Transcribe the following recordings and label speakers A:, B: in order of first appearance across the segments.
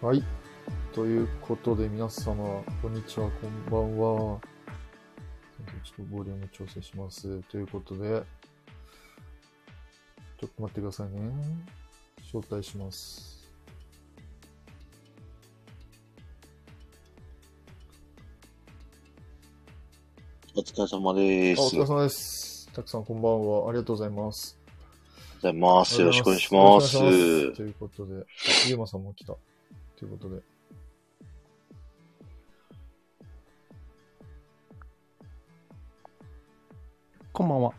A: はい。ということで、皆様、こんにちは、こんばんは。ちょっとボリューム調整します。ということで、ちょっと待ってくださいね。招待します。
B: お疲れ様で
A: あ、
B: す。
A: お
B: お
A: 疲
B: は
A: れ
B: よう
A: 様です。たくさんこんばんは。ありがとうございます。
B: ございます。よろしくお願いします。
A: よろしくお願いしますということで、あゆうまさんも来た。ということで。
C: こんばんは。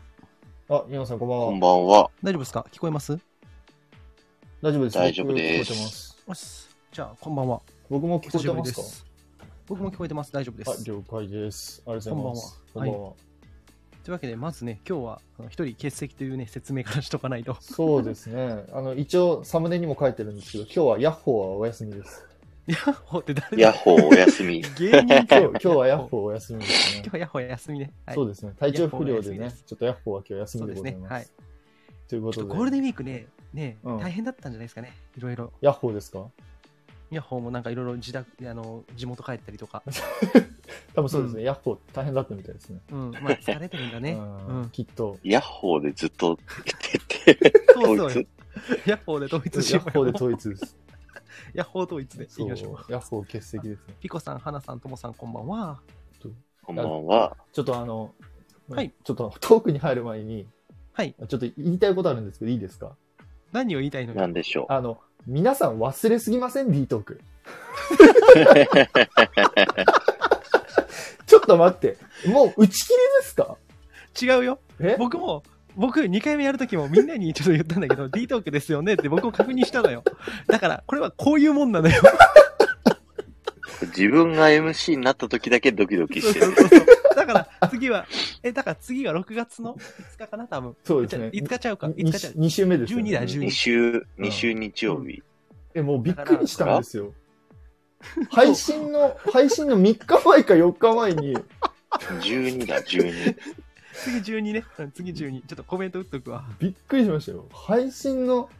A: あ、皆さんこんばんは。
B: こんばんは。
C: 大丈夫ですか聞こえますよ
A: 大丈夫です。
B: 大丈夫です
A: 僕聞こえてます。
C: し。じゃあ、こんばんは。
A: 僕も聞こえて
C: お
A: ま
C: 久しぶりですす。僕も聞こえてます。大丈夫で
A: かあ、
C: す。とい
A: 了解です。ありがとうございます。
C: こんばんは
A: は。
C: うわけで、まずね、今日はあの一人欠席というね、説明からしとかないと。
A: そうですね。あの、一応、サムネにも書いてるんですけど、今日はヤッホーはお休み です。
C: ヤッホーって誰
B: ヤッ
C: だ
B: ホーお休み。
C: 芸人
A: 今
C: か
A: 日
C: よ
A: 今日はヤッホーお休みですね
C: 今。日はヤッホー休みね。はい、
A: そうですね。体調不良で
C: ヤッホーはお休みで
A: ね
C: す、
A: ちょっとヤッホーは今日休
C: そ
A: みでご
C: うです
A: ざい
C: ね。
A: ます。
C: はい。
A: というこ
C: ちょ
A: とで、
C: っとゴールデンウィークね、ね、
A: うん
C: 大変だったんじゃないですかね。いろいろ。
A: ヤッホーですか
C: ヤッホーもなんかいろいろ自宅、あの、地元帰ったりと か。
A: 多分そうですね、
C: う
A: ヤッホー大変だったみたいですね。
C: うん。まあ、疲れてるんだね。
A: う
C: うんん。
A: きっと。
B: ヤッホーでずっと出てて、
C: そう
B: 統
C: そうよ
B: 一。。
C: ヤッホーで統
A: ヤ
C: 一しよ
A: ッ
C: う
A: ホ
C: よ
A: ーで統一です。
C: ヤッホー統一でいき
A: そう
C: ましょう。
A: ヤッホー欠席ですね。
C: ピコさん、ハナさん、ともさん、こんばんは。
B: こんばんは。
A: ちょっとあの、
C: はい
A: ちょっとトークに入る前に、
C: はい。
A: ちょっと言いたいことあるんですけど、いいですか
C: 何を言いたいのよ
B: なんでしょ
A: あの、皆さん忘れすぎません ?D トー ク。ちょっと待って。もう打ち切りですか
C: 違うよ。
A: え
C: 僕も、僕2回目やるときもみんなにちょっと言ったんだ けど、D トークですよねって僕も確認したのよ。だから、これはこういうもんな のよ。
B: う。自分が MC になった時だけドキドキしてる。
C: だから、次は、え、だから次は6月の5日かな、多分。
A: そうですね。
C: 5日ちゃうか、5日ちゃう。
A: 2週目ですよ、
C: 12だ12
B: 2週、2週日曜日。
A: え、もうびっくりしたんですよ。配信の、配信の3日前か4日前に、
B: 12だ、12。
C: 次12ね。うん次12。ちょっとコメント打っとくわ。
A: びっくりしましたよ。配信の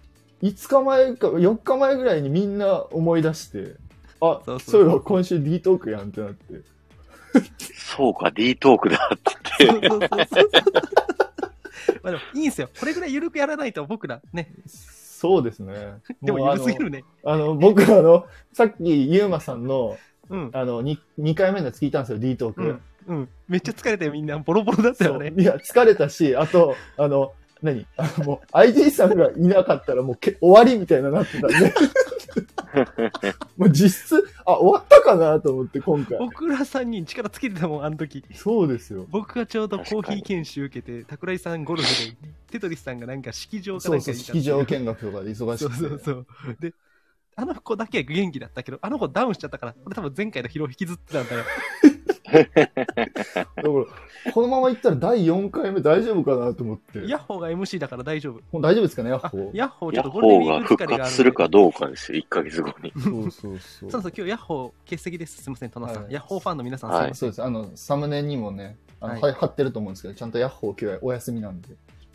A: 5日前か4日前ぐらいにみんな思い出して、あ、そ
C: そううそう
A: いえば今週 D トークやんってなって。
B: そうか、D トークだって
C: そ
B: 言っ
C: う
B: て。
C: そうそうそう。まあでも、いいんすよ。これぐらい緩くやらないと僕ら、ね。
A: そうですね。
C: でも
A: うあ
C: 緩
A: の
C: すぎるね。
A: あの、僕あの、さっきゆうまさんの、
C: うん。
A: あの、2, 2回目のやつ聞いたんですよ、D トーク。
C: うん。うん。めっちゃ疲れてみんなボロボロだったよね。
A: そういや、疲れたし、あと、あの、何 あの、もう、IG さんがいなかったらもうけ終わりみたいななってたんで。もう実質、あ、終わったかなと思って、今回。
C: 僕ら3人力つけてたもん、あの時。
A: そうですよ。
C: 僕がちょうどコー
B: 確か
C: ヒ
B: に
C: ー研修受けて、桜井さんゴルフで、テトリスさんがなんか式場か
A: そ
C: な
A: うん
C: か
A: そう、
C: にいた
A: 式場見学とかで忙し
C: そ
A: く
C: う
A: て。
C: そうそう。で、あの子だけは元気だったけど、あの子ダウンしちゃったから、俺多分前回の疲労引きずってたんだよ。
A: だから、このまま行ったら第4回目大丈夫かなと思って。
C: ヤッホーが MC だから大丈夫。
A: もう大丈夫ですかね、ヤッ
C: あ
A: ホ、ー。
C: ヤッホーちょ
B: ヤ
C: っ
B: ッ
C: とゴールデン
B: ホー
C: ウィ
B: が
C: ーク疲
B: 復
C: れがあ
B: 活
C: る。
B: するかどうかですよ、1ヶ月後に。
A: そうそうそう。
C: そうそう、今日ヤッホー欠席です。すみません、トナさん。
A: はい
C: ヤッホーファンの皆さん、
B: はい
C: すいませ
A: そ
C: ん
A: うです。あの、サムネにもね、あの、
C: はい
A: はい、貼ってると思うんですけど、ちゃんとヤッホー今日はお休みなんで。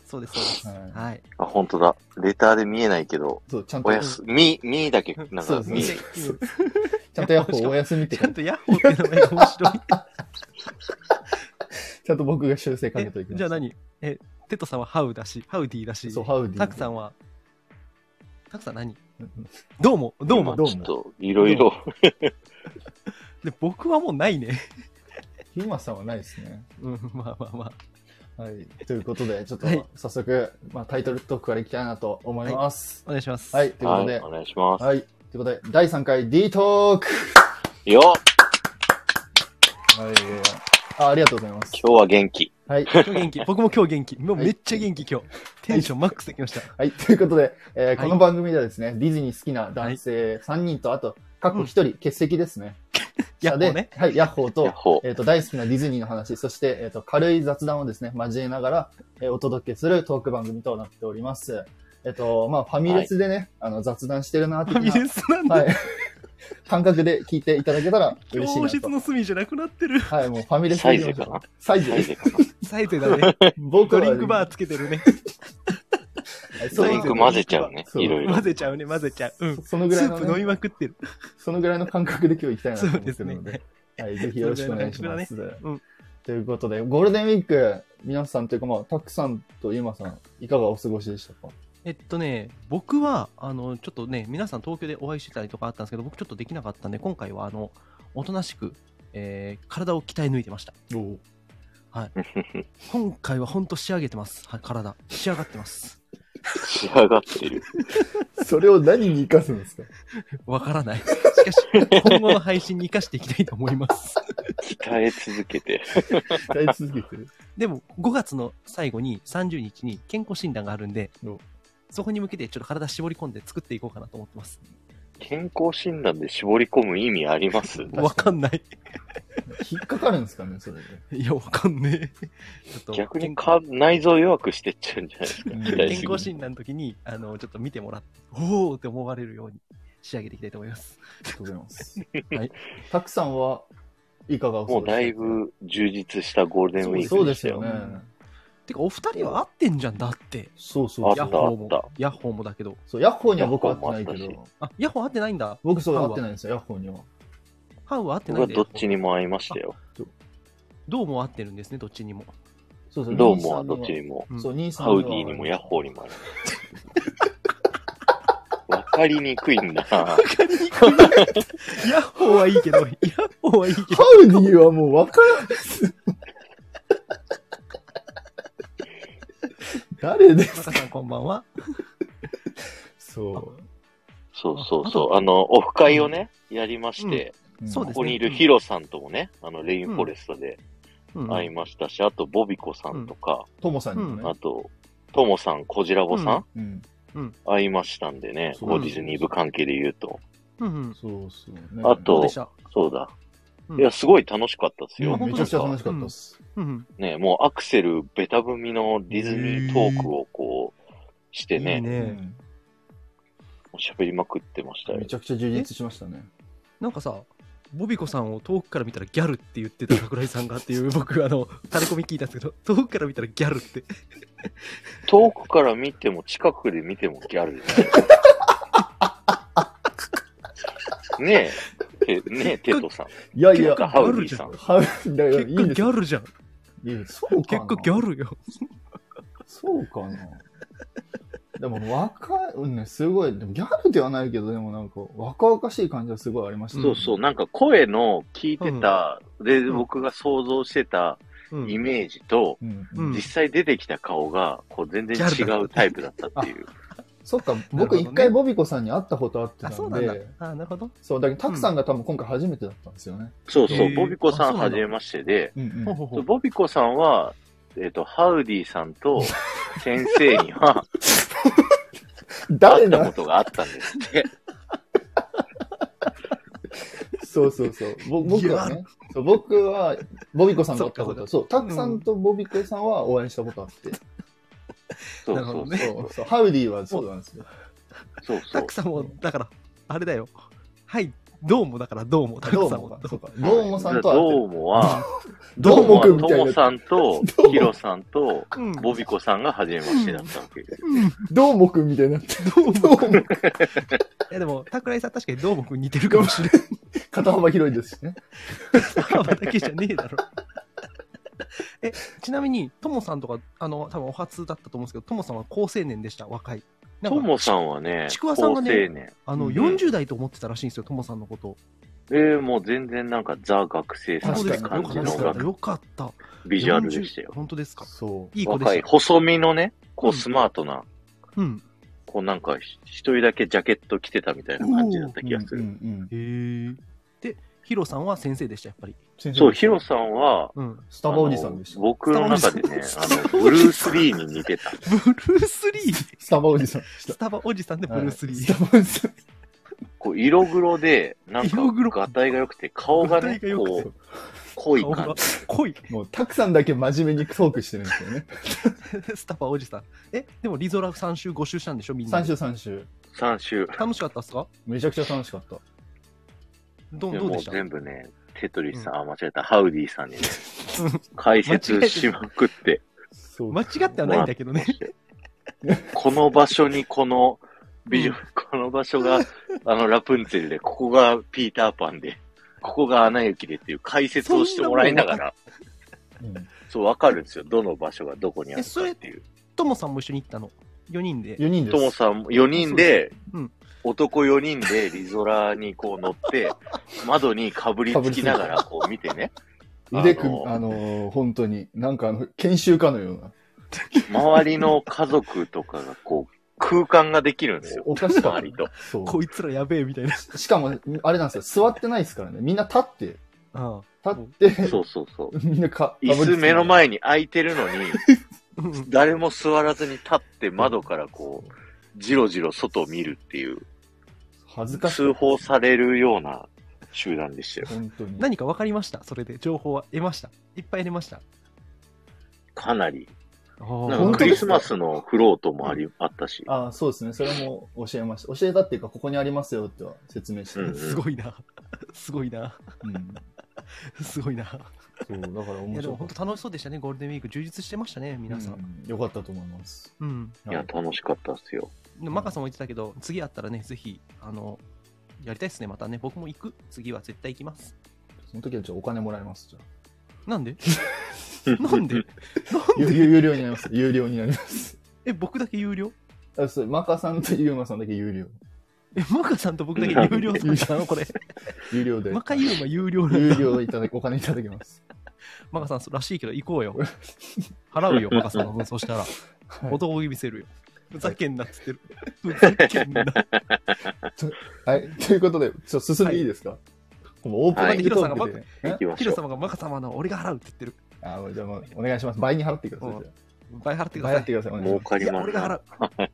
C: そうです、そうです。
A: はい
C: はい。
B: あ、本当だ。レターで見えないけど、
A: そう、ちゃんと。
B: おやす、み、みだけ、なん
A: そう
B: か
A: そう
B: 見える。
A: そうちゃんとヤッホーお休みって
C: ち
A: 書
C: ゃ
A: い
C: ん
A: て、
C: とヤッホーって名前が面白い。
A: ちゃんと僕が修正かけとい
C: え
A: けない。
C: じゃあ何え、テトさんはハウだし、ハウディだし。
A: そう、ハウディ。
C: たくさん
A: は。
C: は、たくさん何どうも、どうも。
A: どうも
B: ちょっと、いろいろ。
C: で僕はもうないね。
A: ヒューマさんはないですね。
C: うん、 まあまあまあ。
A: はい。ということで、ちょっと
C: はい
A: 早速、まあ、タイトルトークからいきたいなと思います。
C: お願いします。
A: はい。というこ
B: は
A: とで、
B: い、
A: は
B: お願いします
A: い。。ということで、第3回 D トーク
B: よっ
A: はい。あありがとうございます。
B: 今日は元気。
A: はい。
C: 今日 元気。僕も今日元気。もう
A: はい
C: めっちゃ元気、今日。テンションマックスできました。
A: はい。ということで、えー
C: い
A: この番組ではですね、ディズニー好きな男性3人と、あと、過去1人欠席ですね。
C: ヤッホーね
A: ではい、ヤッホー
B: ヤッ
A: と、
B: ホー。
A: えっ、と、大好きなディズニーの話、そして、えっ、と、軽い雑談をですね、交えながら、えーお届けするトーク番組となっております。えっ、と、まあ、ファミレスでね、あの、雑談してるな、
C: フ
A: 的
C: ァミ
A: な、
C: レスなんで、
A: はい、 感覚で聞いていただけたら嬉しい
C: 教
A: な
C: 室
A: と。
C: の隅じゃなくなってる。
A: はい、もうファミレス
B: サ
A: で
B: イ
A: 行
B: ズ
A: きま
B: か
A: しょう
B: な
A: サイズ
B: サ
A: で
B: イ
A: す。
B: ズかな
C: サイズだね。
A: 僕
C: ド
A: は
C: リンクバーつけてるね。
A: はい
C: そう
B: 肉混ぜちゃうね
A: そう
B: いろいろ
C: 混ぜちゃうね、混ぜちゃう。うん。
A: そ
C: ス
A: そのぐらいの
C: ー
A: ね、
C: プ飲みまくってる。
A: そのぐらいの感覚で今日行きたいなと思ってる
C: そ
A: の
C: う
A: で、
C: で
A: はい、ぜひよろしくお願いします。
C: そうん
A: ということで、ゴールデンウィーク、皆さんというか、まあ、たくさんとゆまさん、いかがお過ごしでしたか
C: えっとね、僕は、あの、ちょっとね、皆さん東京でお会いしてたりとかあったんですけど、僕ちょっとできなかったんで、今回は、あの、おとなしく、えー体を鍛え抜いてました。今回はほんと仕上げてます。はい、体。仕上がってます。
B: 仕上がってる。
A: それを何に生かすん ですか
C: わからない。しかし、今後の配信に生かしていきたいと思います。
B: 鍛え続けて。
A: 鍛え続けてる。
C: でも、5月の最後に、30日に健康診断があるんで
A: お、
C: そこに向けてちょっと体絞り込んで作っていこうかなと思ってます。
B: 健康診断で絞り込む意味あります
A: に
C: わかんない。
A: 引っかかるんですかね、それで。
C: いや、わかんねえ。ちょっと
B: 逆に
C: 健
B: か内臓弱くしてっちゃうんじゃないですか。
A: うん
B: 鍛えすぎ
C: 健康診断の時に、あの、ちょっと見てもらって、おおって思われるように仕上げていきたいと思います。
A: ありがとうございます。
C: はい。
A: たくさんはいかがお過
B: も
A: ごし
B: う
A: でした
B: だ
A: か
B: いぶ充実したゴールデンウィークでした
A: そうですよね。
C: てか、お二人は合ってんじゃんだって。
A: そうそう
B: あ
A: そ
C: ヤ
B: っ
A: う
B: た。
C: ッホーも
B: あっ。
C: ヤッホーもだけど。
A: そう、ヤッホーには僕は会ってないけ
B: ヤッホーも
A: ど、
C: あ、ヤッホー合ってないんだ。
A: 僕そう
C: ハウ
A: 会
C: は
A: ってないんですよ、ヤッホーには。
C: ハウは合って
B: 僕
C: な
B: は
C: いんだ
B: どっち
C: に
B: にも会いましたよ。
C: どうも合ってるんですね、どっちにも。
A: そうそう、
B: どう
A: 兄
B: も
A: さ
B: は
A: んに
B: どっちにも。
C: うん
A: そう、兄さん
B: ハウディにもヤッホーにもある。 わかりにくいんだな。
C: ヤッホーはいいけど、ヤッホーはいいけ
A: ハ
C: ど。
A: ウディはもうわからないです。誰で
C: マカさんこんばんは。
A: そ
B: そうそうそう。あの、オフ会をね、やりまして、
A: う。
C: そうで
B: こ
C: す
B: こにいるヒロさんともね、あの、レインフォレストで
C: うん
B: 会いましたし、あと、ボビコさんとか、
A: トモさんにもね
B: あ。と、トモさん、コジラボさん、
A: うん。
B: 会いましたんでね、
A: そう
B: こうディズニー部関係で言うと。
C: うんうん。
A: そうそうね。
B: あと
C: どうでした
B: そうだ。
C: うん
B: いや、すごい楽しかったです
A: い
B: よ。
A: や、
C: うん
A: めちゃくちゃ楽しかったです。
C: うんうん。
B: ね、もうアクセルベタ踏みのディズニートークをこうして
C: いい
B: ね、
A: う
C: ね。
A: ん
B: 喋りまくってましたよ
A: め。ちゃくちゃ充実しましたね。
C: なんかさ、ボビコさんを遠くから見たらギャルって言ってた桜井さんがっていう、僕、あの、タレコミ聞いたんですけど、遠くから見たらギャルって。
B: 遠くから見ても近くで見てもギャル。 ねえ、てねえ、テトさん。
A: いやい
B: い
A: や
B: や、、ハウ
C: ギャル
B: リ
C: じ
B: ーさ
C: ゃん
B: ん。
A: ハウディだからい
C: 結
A: い
C: 果
A: ん
C: ギ
A: です
C: ャ
A: よ。
C: ルじゃん。
A: いやそうか
C: 結
A: な。
C: 構ギャルよ。
A: そうかな。でも若い、うんね、すごい、でもギャルではないけど、でもなんか若々しい感じはすごいありました、
B: そうそう、なんか声の聞いてた、で、
C: うん
B: 僕が想像してた
C: うん
B: イメージと、
A: う。うん。
C: うん
B: 実際出てきた顔が、こう全然違うタイプだったっていう。
A: そっか、
C: なるほ
A: 僕
C: どね
A: 一回ボビコさんに会ったことあってた
C: あ、
A: んで、
C: そ
A: そうう
C: なんだ。あ、なるほど。
A: だけど、タクさんが多分今回初めてだったんですよね。
B: そう
C: へ
B: そう、
C: え
B: ボビコさ
C: あ
B: ん
C: そうな
B: は
C: んだ
B: じめましてで、
A: うんうん
C: ほうほうほう
B: ボビコさんは、えっ、と、ハウディさんと先生に は会
A: 誰
B: ったこ
A: だ
B: とがあったんですって。
A: そうそうそう。ぼ僕はね、そう僕はボビコさんと会ったことあそう、タクさんとボビコさんはお会いしたことあって、
B: そう
C: なるほ
B: そ
C: ど
B: う
C: ね
A: そうそう、ハウディはそうなんですよ。
B: そうそ
C: タ
B: う
C: ク。さんも、だから、あれだよ。はい、どうもだから、どうも、タク
A: どう
C: さん
A: も
C: も
A: か。、そうか、どうもさんとは会
B: ど
A: って
B: うも は、
A: どうも
B: は
A: くんみた
B: と
A: い
B: も
A: な
B: さんと
A: どうも、
B: ヒロさんと、
C: うん
B: ボビコさんが初めましてだったわけです。
C: うん
A: る、どうもくんみたいになって、
C: どうも。い
A: どうも
C: や、でも、桜井さん確かにどうもくん似てるかもしれない。
A: 肩幅広いですしね。
C: パパだけじゃねえだろ。え、ちなみに、ともさんとか、あの、多分お初だったと思うんですけど、ともさんは高青年でした、若い。なん
B: と
C: か
B: もさんはね、
C: ちくわさんがね
B: 高青年。
C: あの、
A: うん
C: 40代と思ってたらしいんですよ、ともさんのことを。
B: えー、もう全然なんかザ学生さん
A: あ
B: っ
C: そう
B: て
C: ですか、
B: 感
C: よか
B: じ
C: っ
B: の
C: た。
B: 学
C: よかった。
B: ビジュアルでしたよ
C: 40。本当ですか。
A: そう。
C: いい子で
B: 若
C: し
B: い、
C: た。
B: 細身のね、こ
C: う
B: うんスマートな、
C: うん。
B: こうなんかひ一人だけジャケット着てたみたいな感じだった気がする
A: う。んうんうん
C: へえ。で、ヒロさんは先生でした、やっぱり。
A: 先生
B: そう、ヒロさんは、
C: うん。
A: スタバおじさんでし
B: あ
A: た。
B: の僕の中でね、
C: ス
B: あ
C: タバおじさん
B: の、ブルース・リーに似てた。
C: ブルース・リー
A: スタバおじさんでし
C: ス
A: た。
C: タバおじさんでブルース・リ
A: はい
C: ー。
A: スタバおじさん。
B: こう、色黒で、なんか、
C: 色黒
B: がたいが良くて、顔が
C: がた
B: ね、
C: いが良くて
B: こう、濃い
C: 顔が
B: 感じ。
C: 濃い。
A: もう、たくさんだけ真面目にトークしてるんですよね。
C: スタバおじさん。え、でもリゾラ3週5週したんでしょみんな
A: 3
C: で。
A: 週3週。
B: 3週。
C: 楽しかったっすか
A: めちゃくちゃ楽しかった。
C: どう
B: で
C: どうで
B: も
C: した
B: 全部ね、テトリスさん、あ、間違えた、ハウディさんにね、解
C: 間違え
B: 説
C: て
B: しまくって。
A: そう。
C: 間違ってはないんだけどね。
B: この場所にこのビジュ、この場所が、あの、ラプンツェルで、ここがピーターパンで、ここがアナ雪でっていう解説をしてもらいながら、
A: うん
B: そう、わかるんですよ。どの場所がどこにあるかっていう。
C: ともさんも一緒に行ったの。4人で。
A: 4人です。
B: ともさん、4人で、
C: うん
B: 男4人でリゾラにこう乗って、窓にかぶりつきながらこう見てね、
A: 腕組
B: あ
A: み、
B: の
A: あのー本当に、なんかあの、研修家のような。
B: 周りの家族とかがこう、空間ができるんですよ。
A: おかしかっ
B: 周りと。
A: た。そ
C: こいつらやべえみたいな。
A: う。しかも、あれなんですよ、座ってないですからね。みんな立って、
C: あ
A: 立って、
B: そうそうそう。
A: みんなか、
B: 椅子目の
A: に
B: 前に空いてるのに、
C: あうん
B: 誰も座らずに立って窓からこう、じろじろ外を見るっていう、
A: 恥ずかしい
B: 通。報されるような集団でしたよ。
A: 本当に。
C: 何か分かりました。それで情報は得ました。いっぱい得ました。
B: かなり。
C: あ
B: なん
A: 本
B: か
A: 当
B: ク
A: で
B: リ
A: す
B: ス
A: か
B: マスのフロートもあり、あったし。
A: ああ、そうですね。それも教えました。教えたっていうか、ここにありますよっては説明して、
B: うん
C: すごいな。すごいな。
A: うん
C: すごいな。
A: そう、だから
C: い
A: 面
C: やで
A: 白
C: も
A: かっ
C: 本当楽しそうでしたね。ゴールデンウィーク充実してましたね、
A: た。
C: 皆さん。
A: うんよかったと思います。
C: うん。
B: いや、楽しかったですよ。
C: でもマカさんも言ってたけど、次あったらね、ぜひ、あの、やりたいですね、またね。僕も行く。次は絶対行きます。
A: その時はちょっとお金もらえます。じゃあ
C: なん でなん でなん
A: 有
C: で
A: 有料になります。有料になります。
C: え、僕だけ有料
A: あそうマカさんとユーマさんだけ有料。
C: え、マカさんと僕だけ有料参加なの これ。
A: 有料で。
C: マカユーマ有料なん
A: 有
C: だ。
A: 料でいただき、お金いただきます。
C: マカさんらしいけど行こうよ。払うよ、マカさんの 分。そしたら。
A: はい
C: 男を見せるよ。ふざけんなっつってる。ふざけんな。
A: はい。ということで、ちょっと進んでいいですか、もうオープニングトークで。
B: 行きま
C: ヒ
B: しょ
C: ロ
B: う。
C: 様がマカ様の俺が払うって言ってる。
A: ああ、じゃあもうお願いします。倍に払ってください。じゃ
C: 倍払って
A: あ
C: くだ
A: 倍払
C: さ
A: って
C: い。
A: ください。お願いし
B: 儲
A: ます
B: か
C: い
B: り
C: や、
B: ま
C: 俺
B: す。
C: が払う。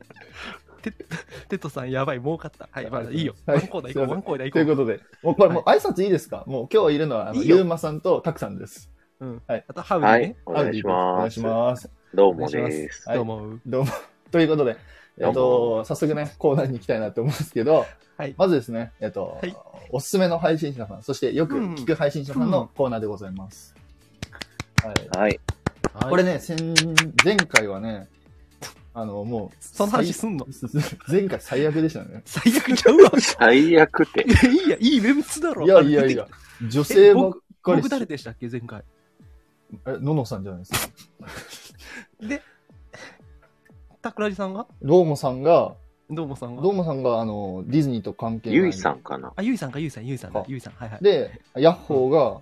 C: テテッドさん、やばい、儲かった。はい、まだいいよ。
A: はい
C: ワンコーナー行こう、ワンコーナー
A: という
C: 行こ
A: ことで、もうこれもう挨拶いいですかもう今日いるのは、あの
C: いいよ
A: ユーマさんとタクさんです。
C: う。うん。
A: はい
C: あと、ハウ
B: は
C: ル
B: い
C: ね。、
B: お願いし
A: お願
B: ま
A: いし
B: す。
A: ます。
B: どうもです。
A: はい
C: どう思
A: どうも。ということで、えっ
B: ど
A: と、早速ね、コーナーに行きたいなと思うんですけど、
C: はい
A: まずですね、えっと、
C: はい
A: おすすめの配信者さん、そしてよく聞く配信者さんのコーナーでございます。はい。
B: はい。
C: う
A: これ、ね、先、前回はね、あの、もう、
C: その話すんの
A: 最 前回最悪でしたね。
C: 最悪ち ゃうわ。
B: 最悪って
C: い。や、いいや、いいメンツだろ。
A: いやいやいや。、女性ばっかり
C: 僕誰でしたっけ、前回。
A: え、ののさんじゃないですか。
C: で、桜地さんが
A: ローモさんが、
C: どうもさん
A: ど
C: が
A: うもさんが、あの、ディズニーと関係ない。
B: ゆいさんかな
C: あ、ゆいさんか、ゆいさん、ゆいさんだ
A: あ。
C: ゆいさん、はいはい。
A: で、ヤッホーが、
C: うん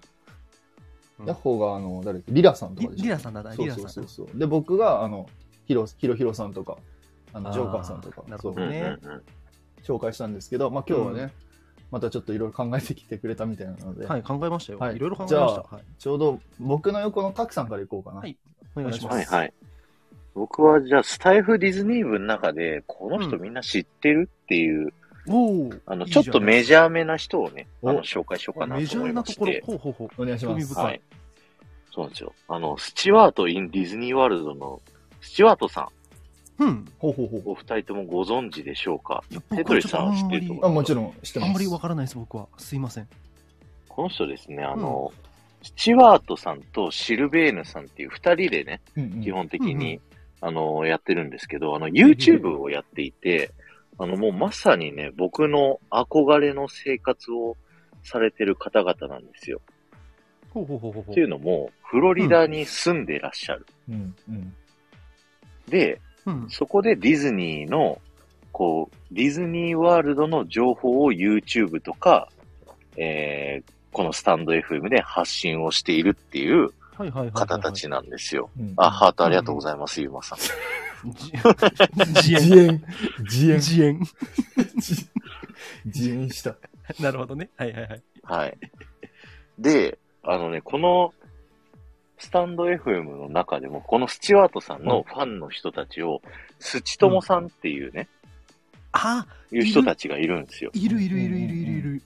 A: ヤッホーが、あの、誰だっけリラさんと
C: リ
A: かでしょ
C: リラさんだな、
A: そ
C: リ
A: う
C: ラ
A: そう
C: さ
A: そ
C: ん
A: う。そう。で、僕が、あの、ヒロ、ヒロヒロさんとか、あ
C: あ
A: の、
C: ー
A: ジョーカーさんとか
C: なる、
A: そ
C: ほ
A: う
C: ど、ね
B: うんうんうん
A: 紹介したんですけど、まあ今日はね、
C: う
A: またちょっといろいろ考えてきてくれたみたいなので、
C: はい、考えましたよ。
A: はい
C: いろいろ考えました。はい、
A: ちょうど僕の横のタクさんから行こうかな。
C: はいお願いします。
B: はいはい。僕はじゃあ、スタイフディズニー部の中で、この人みんな知ってるっていう、
C: おー
B: あの、
C: いい
B: ち
C: じ
B: ょ
C: ゃん
B: っとメジャーめな人をね、
A: お
B: あの、紹介しようかな
C: メジ
B: と
C: ャ
B: 思
C: ー
B: い
C: な
B: ま
C: と
B: し
C: ころ
B: て、。
C: ほうほうほう。
A: お願いしま
C: 興味
A: す。
C: 深い
B: はい。そうなんですよ。あの、スチュワート・イン・ディズニー・ワールドの、スチュワートさん、
C: うん。
A: ほうほうほう。
B: お二人ともご存知でしょうか
C: いや
B: ペ
C: 僕
B: ト
C: は
B: リ
C: ちょっと
B: さ
C: あ
B: んは知っ
C: んま
B: てると
C: り
B: 思、
A: あ、もちろん知ってます。
C: あんまりわからないです、僕は。すいません。
B: この人ですね、あの、スチュワートさんとシルベーヌさんっていう二人でね、
A: うんうん
B: 基本的
C: うんう
B: に
C: ん、
B: あの、やってるんですけど、あの、YouTube をやっていて、あの、もうまさにね、僕の憧れの生活をされてる方々なんですよ。
C: ほうほうほうほうほ
B: っていうのも、フロリダに住んでらっしゃる。
A: うんうん。
B: で、
C: う。うん。
B: そこでディズニーの、こう、ディズニーワールドの情報を YouTube とか、えー、このスタンド FM で発信をしているっていう
C: はいはいはいはいはい。
B: 方たちなんですよ。
A: うん
B: あ、ハートありがとうございます、ゆうまさん。
C: じ 自演。
A: 自演。自演。
C: 自演。
A: 自自演した。
C: なるほどね。はいはいはい。
B: はい。で、あのね、このスタンド FM の中でも、このスチュワートさんのファンの人たちを、スチトモさんっていうね、
C: あ
B: いう人たちがいるんですよ。
C: いるいるいるいるいるいる。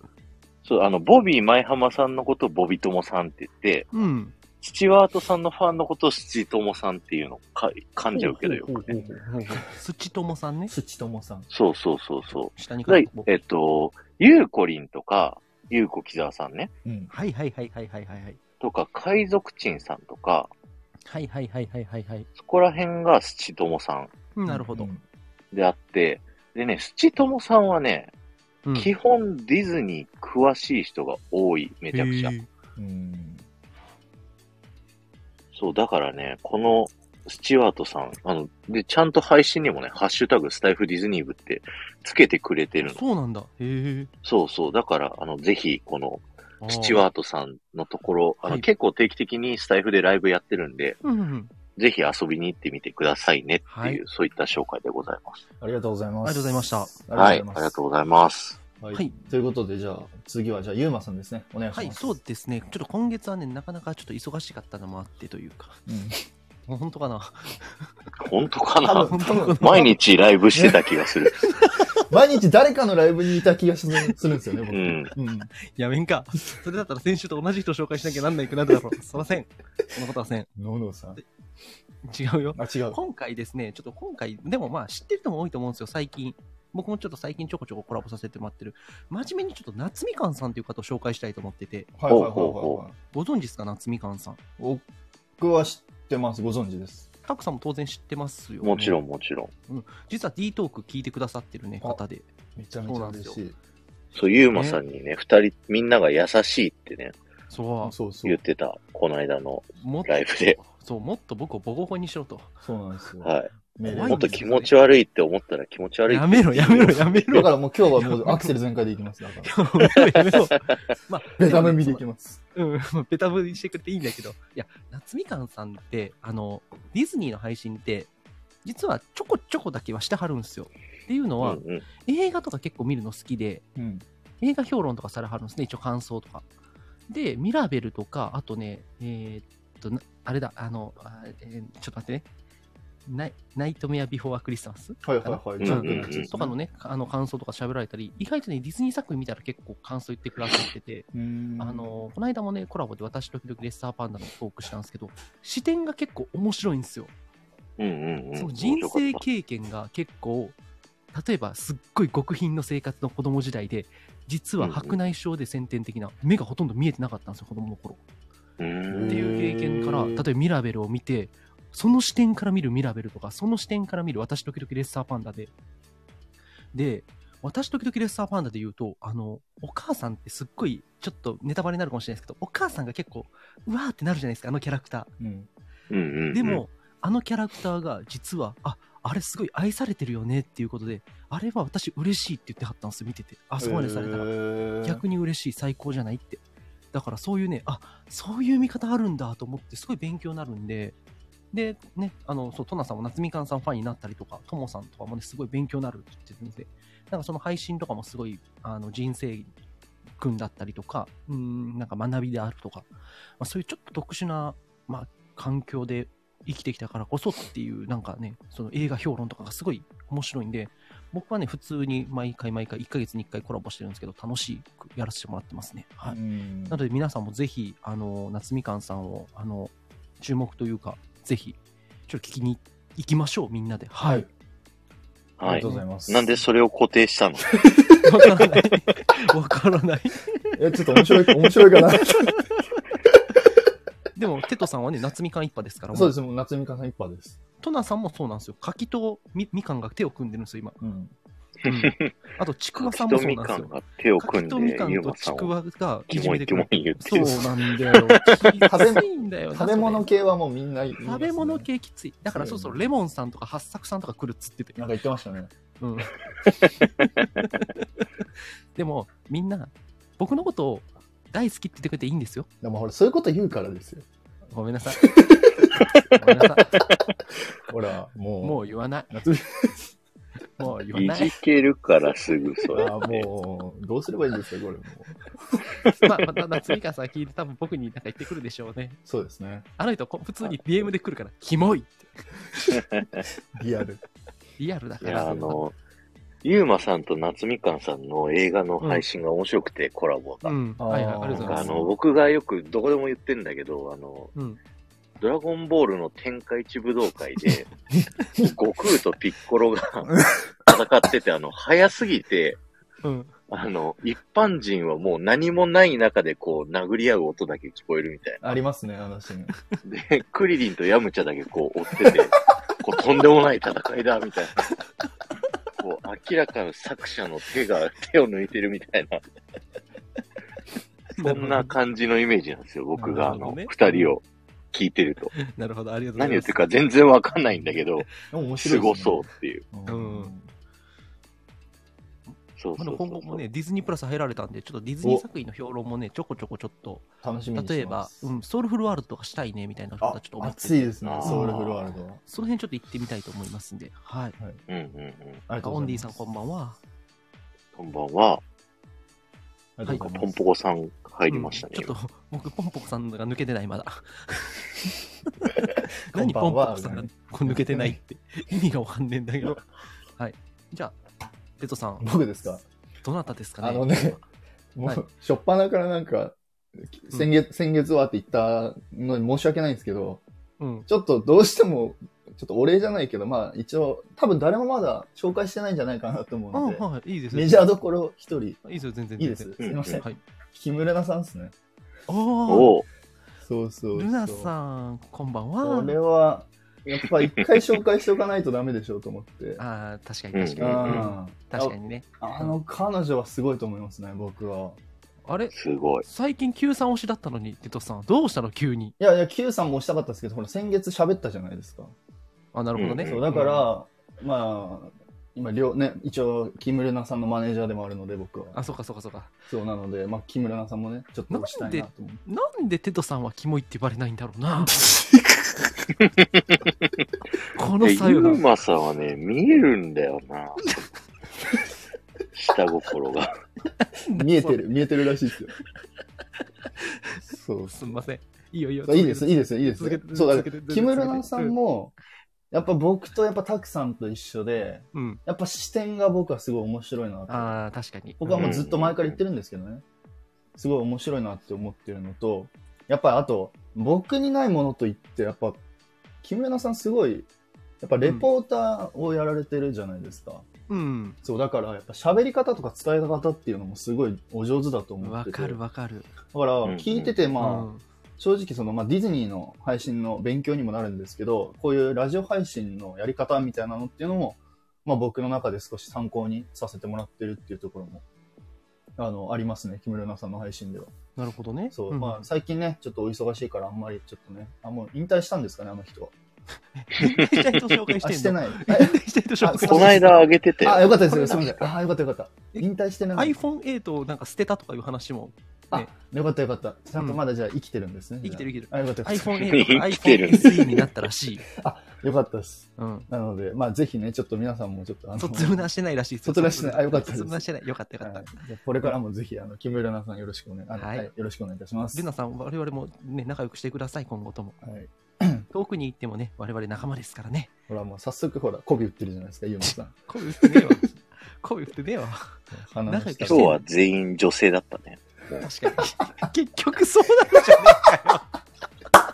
B: そう、あの、ボビー前浜さんのことをボビトモさんって言って、
C: うん。
B: スチュワートさんのファンのことをスチトモさんっていうのをか噛んじゃうけどよ
A: ほ
B: く
A: ほ
B: ね。
A: ほうほうほう
C: 土友さんね。
A: 土友さん。
B: そうそうそうそ
C: 下に
B: う。
C: 書
B: で
C: いて。
B: えっと、ゆうこりんとか、ゆうこきざわさんね、
A: うん。
C: はいはいはいはいはいはいはい。
B: とか、海賊鎮さんとか、
C: はいはいはいはいはいはい。
B: そこら辺がスチトモさん
C: うなるほど。
B: であって、でね、七友さんはね、
C: うん
B: 基本ディズニー詳しい人が多い、めちゃくちゃ
C: へ。ー
A: うん。
B: そう、だからね、このスチュワートさん、あの、で、ちゃんと配信にもね、ハッシュタグスタイフディズニー部ってつけてくれてるの。
C: そうなんだ。へ
B: そうそう、だから、あの、ぜひ、この
C: え。
B: スチュワートさんのところ、あの、
C: はい
B: 結構定期的にスタイフでライブやってるんで、
C: うんうんうん。
B: ぜひ遊びに行ってみてくださいねっていう、
C: はい
B: そういった紹介でございます。
A: ありがとうございます。
C: ありがとうございました
B: はい、ありがとうございます。
A: う。は
C: はい
A: い。ということで、じゃあ、次は、じゃあ、ゆうまさんですね。お願いします。
C: はい、そうですね。ちょっと今月はね、なかなかちょっと忙しかったのもあってというか、
A: うん。
C: 本当かな。
B: 本当か
A: 多
B: な
A: 分、多分、
B: 毎日ライブしてた気がする。
A: 毎日誰かのライブにいた気がするするんですよ
B: う
A: ね、
B: ん。
A: 僕。うん。
C: やめんか。それだったら先週と同じ人紹介しなきゃなんないくなるだろう。すいません。そんなことはせん。
A: ののさん。
C: 違うよ。
A: あ、違う。
C: 今回ですね、ちょっと今回、でもまあ知ってる人も多いと思うんですよ、最近。僕もちょっと最近ちょこちょこコラボさせてもらってる、真面目にちょっと夏みかんさんという方を紹介したいと思ってて、
A: はいはいはい
B: ほうほう
A: はいはい。
C: ご存知ですか、夏みかんさん。
A: 僕は知ってます。ご存知です。
C: タクさんも当然知ってますよ、ね。
B: もちろん、。もちろん。
C: 実は D トーク聞いてくださってるね、
A: あ
C: 方で。
A: めちゃめちゃ嬉しい。
B: そう、ゆうまさんにね、二人、みんなが優しいってね、
C: そう、
A: そうそ
B: 言っ
A: う。
B: てた、この間の
C: もっと
B: ライブで。
C: そう、もっと僕をボコボコにしろと。
A: そうなんですよ。
B: は
A: メー
B: い。
A: ル
C: 怖
B: もっ
C: いん
B: と
C: です
B: 気
C: よね
B: 持ち悪いって思ったら気持ち悪いって
C: やめろ、やめろ、やめろ。
A: だからもう今日はもうアクセル全開でいきます。だから。
C: やめろや めろまあ、
A: ベタ踏みでいきます。
C: うん、 まあベタぶりしてくれていいんだけど、いや、夏みかんさんって、あの、ディズニーの配信って、実はちょこちょこだけはしてはるんですよ。っていうの
B: うん
C: は、
B: うん。
C: 映画とか結構見るの好きで、
A: うん。
C: 映画評論とかされはるんですね、一応感想とか。で、ミラベルとか、あとね、えーっと、なあれだ、あの、あえーちょっと待ってね。ナイナイトメアビフォーアクリスマス
A: はいはいはい。
B: うん
A: ジ
B: う
A: ャ
B: ん
A: ンプのやつですね
C: とかの。ね、あの感想とか喋られたり、意外とね、ディズニー作品見たら結構感想言ってくださってて、
A: うん
C: あ、のこの間もね、コラボで私時々レッサーパンダのトークしたんですけど、視点が結構面白いんですよ。
B: うんうんうん。
C: その人生経験が結構、例えばすっごい極貧の生活の子供時代で、実は白内障で先天的な、目がほとんど見えてなかったんですよ、子供の頃。
B: う
A: うん
C: っ
B: ん
C: ていう経験から、
A: へー
C: 例えばミラベルを見て、その視点から見るミラベルとか、その視点から見る私時々レッサーパンダで。で、私時々レッサーパンダで言うと、あの、お母さんってすっごい、ちょっとネタバレになるかもしれないですけど、お母さんが結構、うわーってなるじゃないですか、あのキャラクタ
A: うん。
B: うんうんう
C: ー。
B: ん。
C: でも、あのキャラクターが実は、あ、あれすごい愛されてるよねっていうことで、あれは私嬉しいって言ってはったんですよ、見てて。あ、そうまでされたら。
A: ら
C: 逆に嬉しい最高じゃないってだからそういうねあそういう見方あるんだと思ってすごい勉強になるんででねあのそうトナさんも夏みかんさんファンになったりとかともさんとかもねすごい勉強になるって言ってるのでなんかその配信とかもすごいあの人生訓だったりとかうんなんか学びであるとか、まあ、そういうちょっと特殊な、まあ、環境で生きてきたからこそっていうなんかねその映画評論とかがすごい面白いんで僕はね、普通に毎回毎回1ヶ月に1回コラボしてるんですけど、楽しくやらせてもらってますね。はい。
A: うん
C: なので皆さんもぜひ、あの、夏みかんさんを、あの、注目というか、ぜひ、ちょっと聞きに行きましょう、みんなで。
A: は
C: はいい。。
A: あり
B: は
A: が
B: い
A: とう。ございます。
B: なんでそれを固定したの
C: わからない。わからない。
A: え、ちょっと面白い、面白いかな。
C: でも、テトさんはね、夏みかん一派ですから、。
A: そうですす、もう夏みかんさん一派です。
C: トナさんもそうなんですよ。柿とみみかんが手を組んでるんですよ、今。
A: うん。
C: うんあと、ちくわさ
B: 柿
C: んも
B: と
C: そう
B: み
C: なんで
B: か
C: す
B: ん
C: よ。
B: が手を組
C: 柿
B: ん
C: とみ
B: で
C: か、
B: ゆ
C: ん
B: う
C: と
B: まさ
C: ち
B: ん
C: く
B: を
C: わがい
B: キ
C: じ
B: モ
C: め
B: い
C: て
B: キ
C: く
B: モ
C: る
B: い。言って
C: そう
B: る。
C: なんだよ。きついんだよな。
A: 食べ物
C: それ
A: 系はもうみんな言いますね
C: 食べ物系きつい。だからそ
A: そうう
C: そう、レモンさんとか八作さんとか来るっつってて
A: な。んか言ってましたね。
C: うん。 でも、みんな、僕のことを大好きって言ってくれていいんですよ。
A: でもほら、そういうこと言うからですよ。
C: ごめんなさい。ごめんなさい。
A: ほら、もう。
C: もう言わない。
A: 夏み
C: もう言わ
B: い
C: ない
B: じ。けるからすぐそ れ。
A: あもう、どうすればいいんですか、これもう。
C: まあ、また夏美香さん聞いて多分僕になんか言ってくるでしょうね。
A: そうですね。
C: あの人、こ普通に DM で来るから、キモいって。
A: リアル。
C: リアルだ
B: い
C: か
B: や、
C: ら。
B: あの、ゆうまさんと夏みかんさんの映画の配信が面白くて、コラボ
C: う
B: が。
C: ん。はいはい、ありがとうござい
B: あ
C: ます。
B: の、僕がよくどこでも言ってんだけど、あの、
C: うん。
B: ドラゴンボールの天下一武道会 で、悟空とピッコロが戦ってて、あの、早すぎて、
C: うん。
B: あの、一般人はもう何もない中でこう、殴り合う音だけ聞こえるみたい
A: ありますね、あのシーン。
B: な。で、クリリンとヤムチャだけこう、追ってて、こう、とんでもない戦いだ、みたいな。こう、明らかに作者の手が、手を抜いてるみたいな、そんな感じのイメージなんですよ、僕が、あ
C: なるほ
B: の
C: ど、ね
B: 二人を聞いてると。
C: なるほど、ありがとうござ
B: 何
C: い
B: 言
C: ま
B: っ
C: す。
B: てるか全然わかんないんだけど、
A: 面白い、
B: すごそうっていう。
A: う
C: うん
A: ん。
B: そう
C: ま
B: そう
C: あで
B: そう
C: も
B: そう
C: 今後もね、ディズニープラス入られたんで、ちょっとディズニー作品の評論もね、ちょこちょこちょっと、
A: 楽しみにして
C: 例えば
A: ま、す
C: うん、ソウルフルワールドとかしたいねみたいなこと
A: あ
C: はちょっと、思って
A: 暑いですね
B: あ、ー
A: ソウルフルワールド。
C: その辺ちょっと行ってみたいと思いますんで、はい。
B: うんうんうん。
A: ありがとう
C: オ
A: ご
C: ン
A: ざ
C: デ
A: い
C: ィ
A: ます。
C: さんこんばんは。
B: こんばん
A: あ
B: は、
A: りがとうござい
B: ポ
A: ま
B: ン
A: す
B: ポコさん入りましたね。
C: うんちょっと僕、ポンポコさんが抜けてない、ま だ。
A: こん
C: 何
A: ば
C: ポ
A: ん
C: ン
A: は
C: ポコさんがこう抜けてないって意味がわかんねえんだけど。はい。じゃあ、テトさん、
A: 僕ですか
C: どなたですかね
A: あのね、もう、
C: はい
A: しょっぱなからなんか、先月、先月はって言ったのに申し訳ないんですけど、
C: うん。
A: ちょっとどうしても、ちょっとお礼じゃないけど、まあ一応、多分誰もまだ紹介してないんじゃないかなと思
C: あ
A: うので、
C: はい、いいですよ
A: メジャーどころ一人、い
C: いいですよ、全然。
A: いで
C: 全
A: す。す
B: 然
A: いません。
C: 然はい。
A: 木村菜さんですね。
C: おお、
B: おう
A: そうそうそう。
C: ルナさん、こんばん
A: これ
C: は。
A: は、やっぱ一回紹介しておかないとダメでしょうと思って。
C: ああ、確かに確
A: う
C: か
A: ん
C: に。
B: うん
C: 確かにね。
A: あの、彼女はすごいと思いますね、僕は。
C: あれ
B: すごい。
C: 最近 Q さん推しだったのに、テトさん、どうしたの急に。
A: いやいや、Q さんもおしたかったですけど、ほら、先月喋ったじゃないですか。
C: あ、なるほどね。
B: うん
A: そう、だから、まあ、今、両、ね、一応、木村菜さんのマネージャーでもあるので、僕
C: あ、
A: は。
C: そうかそうかそうか。
A: そうなので、まあ、木村菜さんもね、ちょっとしたいなと思って。
C: なんでテトさんはキモいって言われないんだろ うな。この
B: で、
C: 作
B: ゆ
C: 用
B: う
C: が。
B: まさんはね、見えるんだよな。下心が。
A: 見えてる、見えてるらしいですよ。そう
C: すみません。いいよいいよ。
A: そう。いいです、いいです、いいです
C: 続けて。
A: そう、だか
C: 続け
A: ら
C: て、
A: 木村菜さんも、やっぱ僕とやっぱタクさんと一緒で、
C: うん。
A: やっぱ視点が僕はすごい面白いなと。
C: ああ、確かに。
A: 僕はもうずっと前から
B: うん
A: 言ってるんですけどね、すごい面白いなって思ってるのと、やっぱりあと、僕にないものといって、やっぱ、木村さんすごい、やっぱレポーターをやられてるじゃないですか。
C: うん。
A: そう、だからやっぱ喋り方とか伝え方っていうのもすごいお上手だと思
C: うん
A: っ
C: わ
A: てて。
C: かるわかる。
A: だから
B: うん
A: 聞いてて、まあ、
C: うん
A: 正直その、まあ、ディズニーの配信の勉強にもなるんですけど、こういうラジオ配信のやり方みたいなのっていうのも、まあ、僕の中で少し参考にさせてもらってるっていうところも、あの、ありますね。木村奈さんの配信では。
C: なるほどね。
A: そう、
C: ん
A: まあ、最近ね、ちょっとお忙しいからあんまりちょっとね、あ、もう引退したんですかね、あの人は。
C: 引退した人紹介し
A: あ、
C: てんの
A: してない。
C: 引 退した人紹
A: あそう
C: 介して
B: こ
C: ん
B: の
C: の
B: 間あげてて。
A: あ、よかったですよ。 すみません。あ、よかったよかった。引退してない。
C: iPhone8 をなんか捨てたとかいう話 も
A: あ、よかったよかった。ちゃんとまだじゃあ生きてるんですね。
C: 生きてる生きてる
A: あ、よかったよかった。
C: iPhone8 から
B: 生きてる
C: iPhoneSE になったらしい。
A: よかったです。
C: うん。
A: なので、まあ、ぜひね、ちょっと皆さんもちょっと、あの、
C: 卒ルナしてないらしいですよ。
A: 卒ルナしてないあよかったです
C: 卒ルナしてない。よかったよか
A: は
C: った
A: い。、じゃあこれからもぜひ、あの、木村奈さんよろしくお願い、あの
C: は
A: はいい、よろしくお願いいたします。
C: ルナさん、我々もね、仲良くしてください、今後とも。
A: はい。
C: 遠くに行ってもね、我々仲間ですからね。
A: ほら、もう早速、ほら、媚び売ってるじゃないですか、ゆうまさん。
C: 声打ってねえ わ。声打ってねえわ。
A: 鼻の
C: 仲良く
A: 下
C: して
B: 今
C: る
B: 日は全員女性だったね。
C: 確かに。 結局そうなんじゃねえかよ。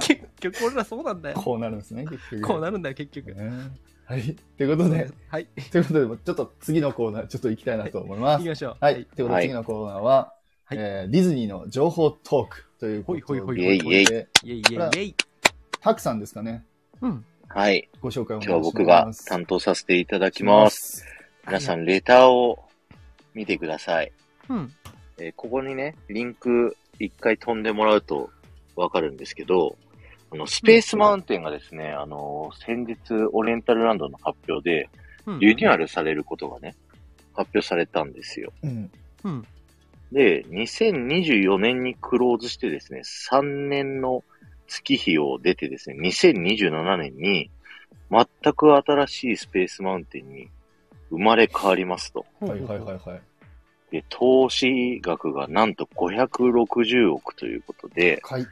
C: 結局俺らそうなんだよ。
A: こうなるんですね、結局。
C: こうなるんだよ、結局。
A: ねはい。ということで、
C: はい。
A: ということで、ちょっと次のコーナー、ちょっと行きたいなと思いま
C: 行き
A: す。
C: ましょう。
A: はい。ということ
B: は
A: で、
B: い
A: 次のコーナーは、
C: はい
A: えーディズニーの情報トークということで、
C: ほいほいほい
B: イェイイェイ
A: えー
C: イェイイェイイェイ。
A: タクさんですかね、
C: うん。
B: はい。
A: ご紹介をお
B: 今日
A: 願
B: は
A: いします。
B: 僕が担当させていただきます。
A: す。
B: 皆さん、レターを見てください。
C: うん。
B: えーここにね、リンク一回飛んでもらうとわかるんですけど、あの、スペースマウンテンがですね、あの、先日、オリエンタルランドの発表で、
C: うん。
B: リニューアルされることがね、発表されたんですよ。
A: うん。
C: うん。
B: で、2024年にクローズしてですね、3年の月日を出てですね、2027年に、全く新しいスペースマウンテンに生まれ変わりますと。
A: はいはいはいはい。
B: で、投資額がなんと560億ということで、
A: かい。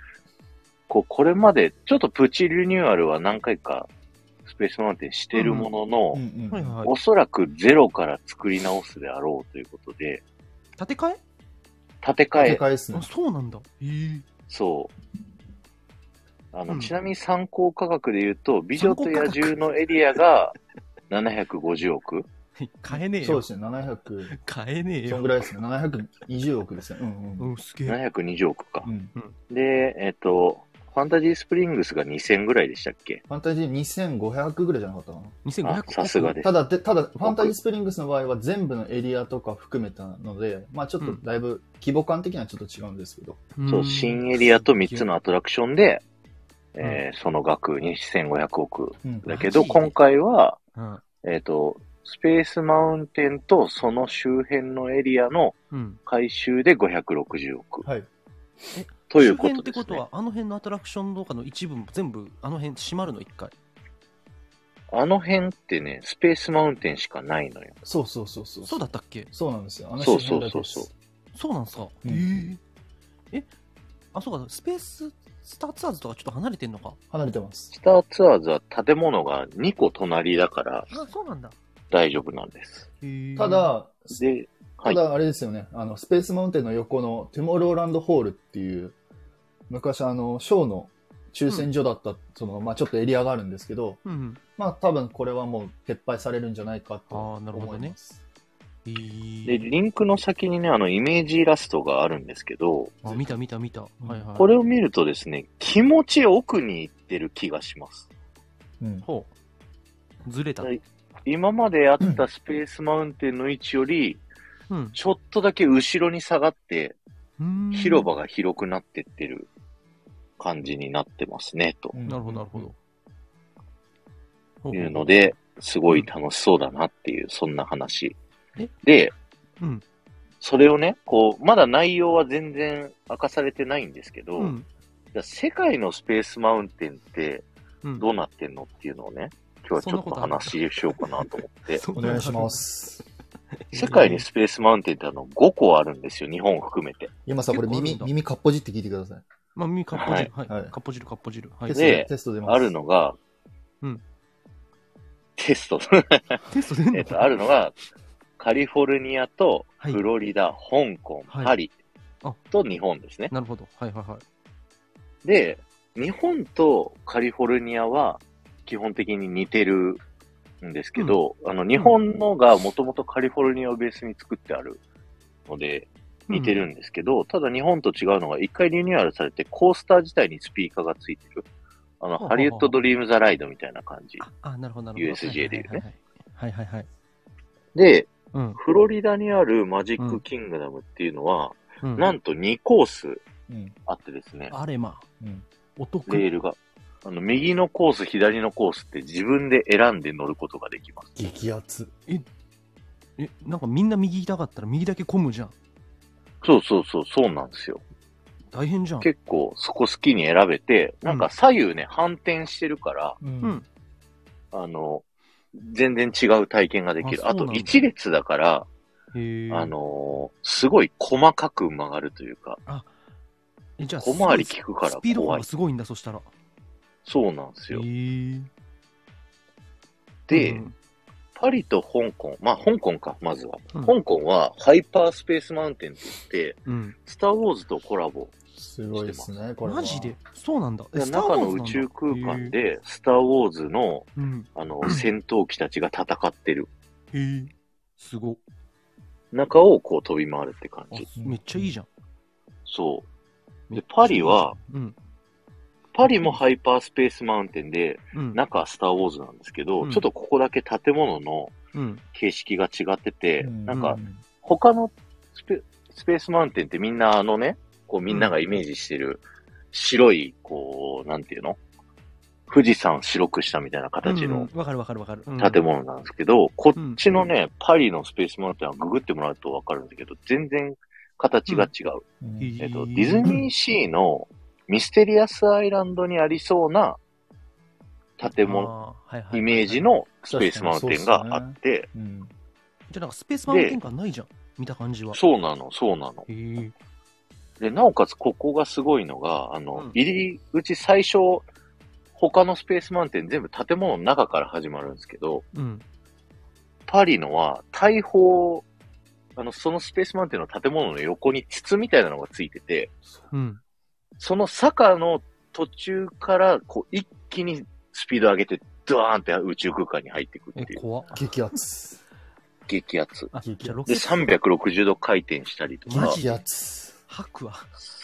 B: こう、これまでちょっとプチリニューアルは何回かスペースマウンテンしてるものの、
A: うんうん。
C: はいはい。
B: おそらくゼロから作り直すであろうということで、
C: 建て替え
B: 建て替
A: 正
B: え、
A: 解ですね
C: あ、。そうなんだ。ええ。
B: そう。あの、
C: うん
B: ちなみに参考価格で言うと、美女と野獣のエリアが750億。
C: 買えねえ
A: そう
C: よ
A: で。すね、700、
C: 買えねえ
A: そん
C: よ
A: ぐ。らいですね、720億ですね。うんうん。
C: うん、すげえ。
B: 720億か
A: う。ん
B: で、えっと、ファンタジースプリングスが2000ぐらいでしたっけ
A: ファンタジー2500ぐらいじゃなかったかな。
B: あ
C: 2500、億
B: さすがです。
A: ただ、でただ、ファンタジースプリングスの場合は全部のエリアとか含めたので、まあちょっとだいぶ規模感的にはちょっと違うんですけど、
B: そう、新エリアと3つのアトラクションで、えーその額2500億。
A: うん
B: だけど、
C: マジで
B: 今回は、
C: うん。
B: えっ、と、スペースマウンテンとその周辺のエリアの
C: うん。
B: 回収で560億。
A: はい。
B: ということ
C: 周辺って
B: で
C: こ
B: す
C: と
B: ね。
C: は、あの辺のアトラクションとかの一部も全部、あの辺閉まるの一回。
B: あの辺ってね、スペースマウンテンしかないのよ。
A: そうそうそうそう。
C: そうだったっけ
A: そうなんですよ。あの
B: そう
A: 周辺だけ
B: そうそうそ
C: そうなんですか。
A: うん
C: ええ。あ、そうか、スペース、スターツアーズとかちょっと離れてんのか。
A: 離れてます。
B: スターツアーズは建物が2個隣だから
C: あ、そうなんだ。
B: 大丈夫なんです。
A: た、だ、
B: で、は
A: た
B: い。
A: だあれですよね、あの、スペースマウンテンの横のトゥモローランドホールっていう、昔あの、ショーの抽選所だった、その、まあちょっとエリアがあるんですけど、
C: うん。
A: まあ多分これはもう撤廃されるんじゃないかと
C: あーなるほど
A: 思
C: ね
A: います。
C: えー
B: で、リンクの先にね、あの、イメージイラストがあるんですけど、
C: あ、見た見た見た。
A: うん
C: はいはい。
B: これを見るとですね、気持ち奥に行ってる気がします。
A: うん。
C: ほう。ずれた。
B: はい今まであったスペースマウンテンの位置より、
C: うん
B: ちょっとだけ後ろに下がって、
C: うん
B: 広場が広くなってってる感じになってますね、と
A: うん
C: なるほど、なるほど。。ほ
B: いうので、すごい楽しそうだなっていう、そんな話
C: え。
B: で、
C: うん
B: それをね、こう、まだ内容は全然明かされてないんですけど、
C: うん。
B: じゃあ世界のスペースマウンテンって
C: うん。
B: どうなってんのっていうのをね、今日はちょっと話ししようかなと思って、
C: そん
A: お
C: なのあ
A: 願い
C: る
A: しま。す。
B: 世界にスペースマウンテンってあの5個あるんですよ、日本を含めて。
A: 今さんこれ
C: 結構ある
A: 耳
C: んだ
A: 耳かっぽじって聞いてください。
C: まあ、耳かっぽ汁。はい。
A: はい
C: かっぽ汁、かっぽ汁。は
A: テ
C: い
A: ス。ト
B: で
A: テスト出ます。
B: あるのが、
C: うん
B: テスト、
C: テスト出ん
B: えっ
C: の
B: と、あるのが、カリフォルニアと
C: はい
B: フロリダ、香港、
C: はい
B: パリ
C: あ
B: と日本ですね。
C: なるほど。はいはいはい。
B: で、日本とカリフォルニアは基本的に似てるんですけど、あの、日本のがもともとカリフォルニアをベースに作ってあるので、似てるんですけど、ただ日本と違うのが、一回リニューアルされて、コースター自体にスピーカーがついてる。あの、
C: ほうほうほう
B: ハリウッドドリームザライドみたいな感じ
C: うん。。あ、あなるほど、なるほど。
B: USJ でいうね
C: はいはいはいはい。はいはいはい。
B: で、
C: うん。
B: フロリダにあるマジックキングダムっていうのは、
C: うん
B: なんと2コース
A: うん。
B: あってですね、
C: あれまあ、
A: うん。
C: お得。
B: レールが。あの、右のコース、左のコースって自分で選んで乗ることができます。
A: 激アツ。
C: え、なんかみんな右行きたかったら右だけ混むじゃん。
B: そうそうそう、そうなんですよ。
C: 大変じゃん。
B: 結構、そこ好きに選べて、なんか左右ね、反転してるから、
A: う。
C: うんん。
B: あの、全然違う体験ができる。
C: あ
B: あ
C: そうなん
B: と、
C: だ
B: 一列だから、
C: へえ。
B: あ、のーすごい細かく曲がるというか、
C: じゃあ、
B: 小回り利くから
C: スピード感
B: 怖
C: が
B: い。
C: すごいんだ、そしたら。
B: そうなんですよ
C: へ。え
B: で、
C: うん
B: パリと香港、まあ香港か、まずは。
C: うん
B: 香港はハイパースペースマウンテンって言って、
C: うん。
B: スター・ウォーズとコラボ。
A: すごいですね、これは。
C: マジでそうなんだ。えスターウ
B: 中の宇
C: ォーズなんだ
B: 宙空間
C: へ
B: で、スター・ウォーズの、
C: えうん。
B: あの、戦闘機たちが戦ってる
C: へえ。すご。
B: 中をこう飛び回るって感
C: あ
B: じ。
C: めっちゃいいじゃん。
B: そう。
C: めっ
B: で
C: ち、ゃい
B: パ
C: いじゃん
B: リは、、
C: うん。
B: パリもハイパースペースマウンテンで、
C: うん。
B: 中はスター・ウォーズなんですけど、
C: うん
B: ちょっとここだけ建物の
C: うん。
B: 形式が違ってて、
A: うん
B: なん
C: う
B: か
A: う、
B: 他のスペスペースマウンテンってみんなあのね、こうみんながイメージしてる白い、こう、なんていうの富士山を白くしたみたいな形の
C: うんわかるわかるわかる。うん
B: 建物なんですけど、こっちのね、パリのスペースマウンテンはググってもらうとわかるんだけど、全然形が違う。
A: うん
C: へ
B: えっと、ディズニーシーのミステリアスアイランドにありそうな建物、
C: あーはいはいはいはい
B: イメージ。のスペースマウンテンがあって、
A: うん。
C: じゃあなんかスペースマウンテン感ないじゃん。見た感じは。
B: そうなの、そうなの。
C: へえ。
B: で、なおかつここがすごいのが、あの、
C: うん
B: 入り口最初、他のスペースマウンテン全部建物の中から始まるんですけど、
C: うん。
B: パリのは大砲、あの、そのスペースマウンテンの建物の横に筒みたいなのがついてて、
C: うん。
B: その坂の途中から、こう、一気にスピード上げて、ドワーンって宇宙空間に入っていくっ
C: え、
B: ていう
C: 怖っ
A: 激アツ。
B: 激アツ。
C: あ、じゃあロケ
B: で、
C: ット
B: 360度回転したりと
C: マ
B: か
C: ジ、で
A: 激アツ。
C: 吐くわ。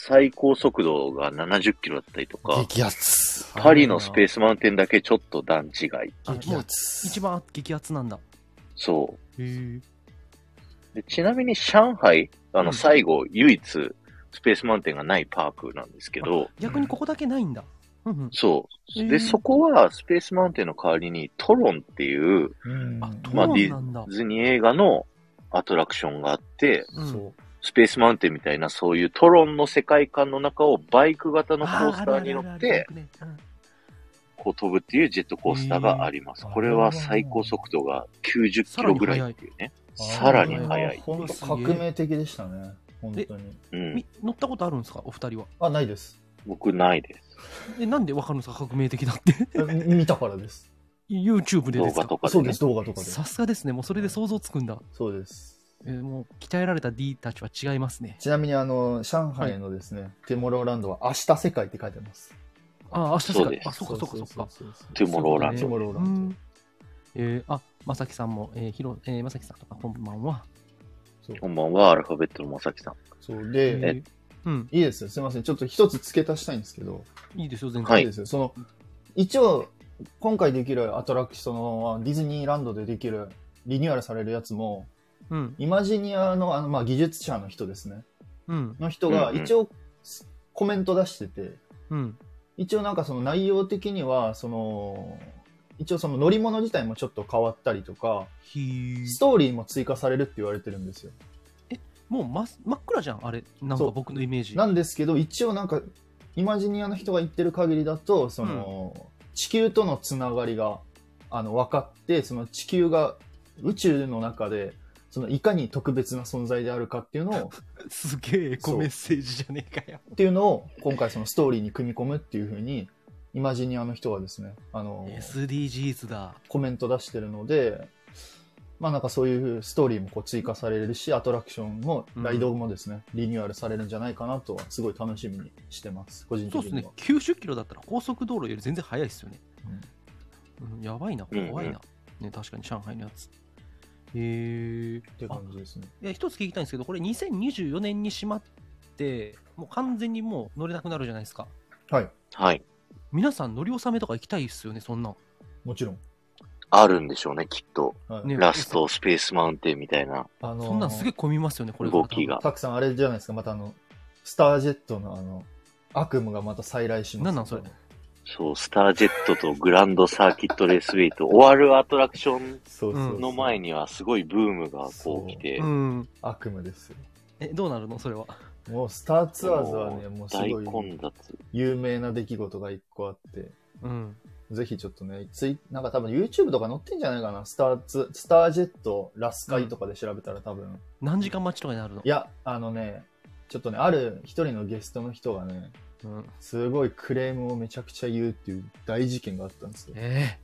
B: 最高速度が70キロだったりとか、
D: 激アツ。
B: パリのスペースマウンテンだけちょっと段違い。
C: あも
D: 激ア
C: う
D: ツ。
C: 一番激アツなんだ。
B: そ
C: へえ。
B: う。でちなみに上海、あ
C: う
B: の、
C: ん
B: 最後、唯一、スペースマウンテンがないパークなんですけど、
C: 逆にここだけないんだ。うんうん。
B: そう。
C: へ
B: で、
C: ー
B: そこは、スペースマウンテンの代わりに、トロンっていう、
A: うん
C: あ、ト
B: まあ
C: ロンなんだ。
B: ディズニー映画のアトラクションがあって、
C: うん
A: そう。
B: スペースマウンテンみたいなそういうトロンの世界観の中をバイク型のコースターに乗
C: あ
B: っ
C: るあるある
B: て、
C: あるよくねうん
B: こう飛ぶっていうジェットコースターがあります
A: へ。ー
B: これは最高速度が90キロぐらいっていうね。
A: さ
B: さ
A: ら
B: ら
A: に
B: に
A: 早
B: 早
A: い
B: い。
A: 本当
C: すげ
A: 革
C: え
A: 命的でしたね。本当に。
B: うん
C: み。乗ったことあるんですかお二人は。
A: あ、ないです。
B: 僕ないです。
C: え、なんでわかるんですか革命的だって。
A: えみ見たからです。
C: YouTube でで
B: 動
C: すか
B: 画とか
A: そ
B: で
A: うで
B: ね
A: す、。動画とかで。
C: さすがですね。もうそれで想像つくんだ。
A: そうです。
C: えーもう鍛えられた D たちは違いますね。
A: ちなみに、あの、上海のですね、テモローランドは明日世界って書いてます。
C: ああ、明日
B: そうです
C: あ、そうかそうかそうか。
A: うそう
B: トゥモローラン
A: テ
B: ド。
A: モローラ
C: う
A: ン
C: ん。えー、あ、まさきさんも、えー、ひろ、えー、まさきさんとか、こんばんは。
A: ド。そう
B: 本番はアルファベットのまさきさん。
A: そう
C: え
A: で、
C: ー、うん、
A: いいですよ。すみません。ちょっと一つ付け足したいんですけど、
C: いいですよ、全然。
B: はい
A: いですよ。その、一応、今回できるアトラクションは、ディズニーランドでできる、リニューアルされるやつも、
C: うん、
A: イマジニアの、あの、まあ、技術者の人ですね。
C: うん、
A: の人が
B: うんうん
A: 一応すコメント出してて、
C: うん、
A: 一応なんかその内容的には、その、一応その乗り物自体もちょっと変わったりとか、
C: ひー
A: ストーリーも追加されるって言われてるんですよ。
C: もうま真っ暗じゃん、あれ。なん
A: そ
C: か
A: う
C: 僕のイメージ。
A: なんですけど、一応なんか、イマジニアの人が言ってる限りだと、その、地球とのつながりが、あの、分かって、その地球が宇宙の中で、そのいかに特別な存在であるかっていうのを、
C: すげえエコメッセージじゃねえかよ。
A: っていうのを今回そのストーリーに組み込むっていうふうに、イマジニアの人がですね、あの、
C: SDGs だ。
A: コメント出してるので、まあなんかそういうストーリーもこう追加されるし、アトラクションも、
C: うん
A: ライドもですね、リニューアルされるんじゃないかなとは、すごい楽しみにしてます、個人
C: そう
A: 的
C: で
A: に
C: すね
A: は。、
C: 90キロだったら高速道路より全然速いですよね。うん、やばいな、怖いな。ね、確かに上海のやつ。へえー。
A: って感じですね。
C: いや一つ聞きたいんですけど、これ2024年に閉まって、もう完全にもう乗れなくなるじゃないですか。
A: はい、
B: はい。
C: 皆さん乗り納めとか行きたいですよね、そんなん。
A: もちろん。
B: あるんでしょうね、きっと。
A: はい
C: ね
B: ラストスペースマウンテンみたいな。
A: あのー
C: そんなんすげえ混みますよね、これ。
B: 動きが
A: たくさんあれじゃないですか、またあの、スタージェットのあの、悪夢がまた再来します。
C: なんなんそれ
B: そう、スタージェットとグランドサーキットレースウェイと終わるアトラクション
A: そうそうそう
B: の前にはすごいブームがこう来て
C: う、ん。
A: 悪夢ですよ。
C: え、どうなるのそれは。
A: もうスターツアーズはね、もうす
B: 大
A: ごい
B: 混雑。
A: 有名な出来事が一個あって、
C: うん。
A: ぜひちょっとね、ツイなんか多分 YouTube とか載ってんじゃないかな。スターツ、スタージェット、ラスカイとかで調べたら多分。
C: 何時間待ちとかになるの
A: いや、あのね、ちょっとね、ある一人のゲストの人がね、
C: うん、
A: すごいクレームをめちゃくちゃ言うっていう大事件があったんですよ。
C: え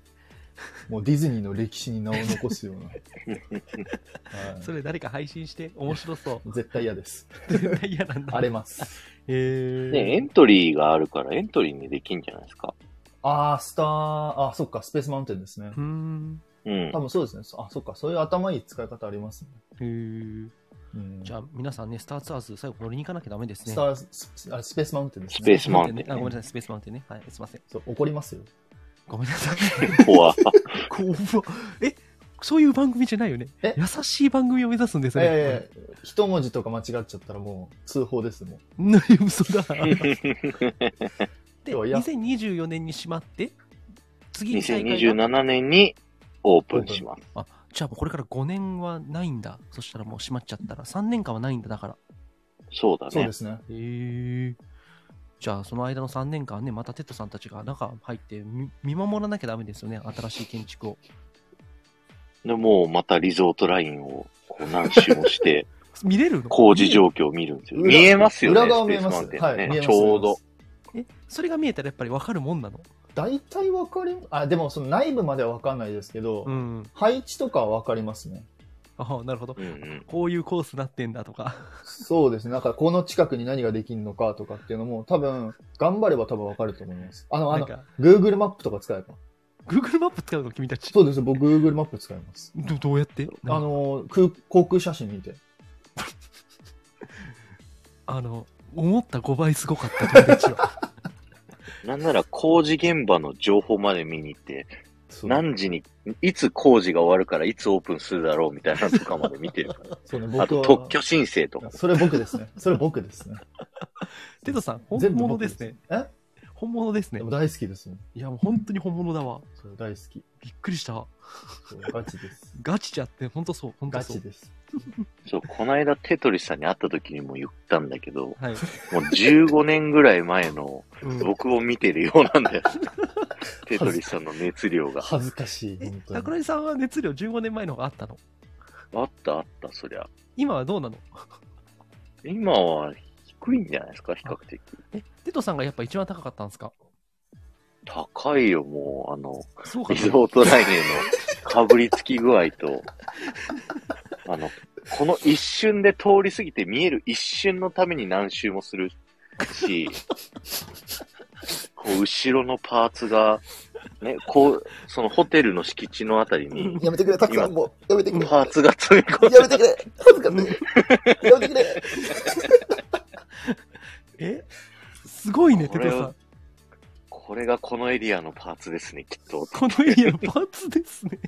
A: もうディズニーの歴史に名を残す ような。
C: え
A: はい
C: それ誰か配信して、面白 そう。
A: 絶対嫌です。
C: 絶対嫌なんだ。
A: 荒れます。
C: えー、
B: ね、エントリーがあるからエントリーにできんじゃないですか。
A: あー、スター、あ、そっか、スペースマウンテンですね
C: う。ん。
B: うん
A: 多。分そうですね。あ、そっか、そういう頭いい使い方ありますね。
C: へー
A: うん、
C: じゃあ、皆さんね、スターツアーズ、最後乗りに行かなきゃダメですね。
A: スターススあ、スペースマウンテンですね。
B: スペースマウンテン
C: あ、ごめんなさい、スペースマウンテンね。はい、すいません。
A: そう怒りますよ。
C: ごめんなさい。
B: 怖
C: 怖っえそういう番組じゃないよね
A: え
C: 優しい番組を目指すんです
A: い
C: ね、
A: やいやいや一文字とか間違っちゃったらもう通報ですもん。
C: な嘘だ
A: い
C: で
A: やいや
C: 2024年に閉まって次に再開が
B: 2027年にオープンします。
C: あじゃあもうこれから5年はないんだそしたらもう閉まっちゃったら3年間はないんだだから
B: そうだ
A: そう
B: ね
A: で。すね。
C: へえじゃあその間の3年間はねまたテッドさんたちが中入ってみ見守らなきゃダメですよね新しい建築を
B: で、もうまたリゾートラインをこう何周も して、
C: 見れるの
B: 工事状況を見るんですよ。
A: 裏
B: 見えますよね。
A: 裏側見えます
B: スペースマウン
A: は
B: テン
A: い見え
B: ね。
A: ま
B: ち
A: す
B: ょうど。
C: えそれが見えたらやっぱり分かるもんなの
A: 大体わかり、あ、でもその内部まではわかんないですけど、
C: うん
A: 配置とかはわかりますね。
C: ああなるほど
B: うんうん。
C: こういうコースなってんだとか
A: そうですね。なんかこの近くに何ができるのかとかっていうのも多分、頑張れば多分わかると思います。あの、あ
C: なん
A: の、
C: か
A: Google マップとか使えば。
C: Google マップ使うの君たち
A: そうです。僕 Google マップ使います。
C: どどうやって
A: あの、空航空写真見て。
C: あの思った5倍すごかった、友 達は。
B: なんなら工事現場の情報まで見に行って、
A: そう
B: 何時に、いつ工事が終わるからいつオープンするだろうみたいなのとかまで見てるから。
A: そうね、
B: あ
A: 僕
B: と
A: は。
B: 特許申請とか。
A: それ僕ですね。それ僕ですね。
C: テトさん、本
A: 全部
C: 物
A: 僕
C: ですね。。
A: え
C: 本物ですね
A: でも。大好きですもん。
C: いや、もう本当に本物だわ。
A: それ大好き。
C: びっくりした。
A: そうガチ です。
C: ガチじゃって、本当そう、本当
A: ガ
C: そう
A: チ。です。
B: そう、この間テトリスさんに会った時にも言ったんだけど、
C: は
B: も
C: い。
B: う15年ぐらい前の
C: うん
B: 僕を見てるようなん だよ。テトリスさんの熱量が。
A: 恥ずかしい、
C: え
A: 本、当
C: 桜
A: に。
C: 井さんは熱量15年前の方があったの。
B: あったあった、そりゃ。
C: 今はどうなの
B: 今は低いんじゃないですか、比較的。
C: え、テトさんがやっぱ一番高かったんですか
B: 高いよ、もう、あの、
C: そうか
B: リ。ゾート来年のかぶりつき具合と、あの、この一瞬で通り過ぎて見える一瞬のために何周もするし、こう、後ろのパーツが、ね、こう、そのホテルの敷地のあたりに、
D: やめてくれ、たくさん、もう、やめてくれ。
B: パーツが積み込んで
D: やめてくれ。恥ずかしい。やめてくれ。
C: えすごいね、
B: こ
C: テ
B: れ
C: ト
B: は
C: さん。
B: これがこのエリアのパーツですね、きっと。
C: このエリアのパーツですね。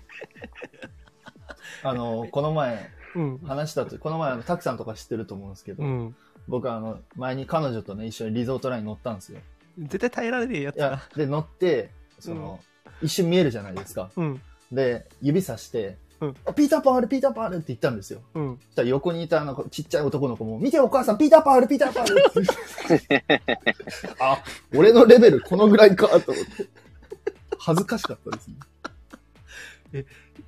A: あの、この前、
C: うん。
A: 話したと、この前、あの、たくさんとか知ってると思うんですけど、
C: うん。
A: 僕、あの、前に彼女とね、一緒にリゾートライン乗ったんですよ。
C: 絶対耐えられねえやつ
A: い
C: だ
A: や。、で、乗って、その、一瞬見えるじゃないですか。
C: うん。
A: で、指さして、
C: うん
A: あピーターパンある、ピーターパンあるって言ったんですよ。
C: うん。
A: そしたら横にいたあのちっちゃい男の子も、見てお母さん、ピーターパンある、ピーターパンあるって言っ て。あ、俺のレベルこのぐらいか、と思って。恥ずかしかったですね。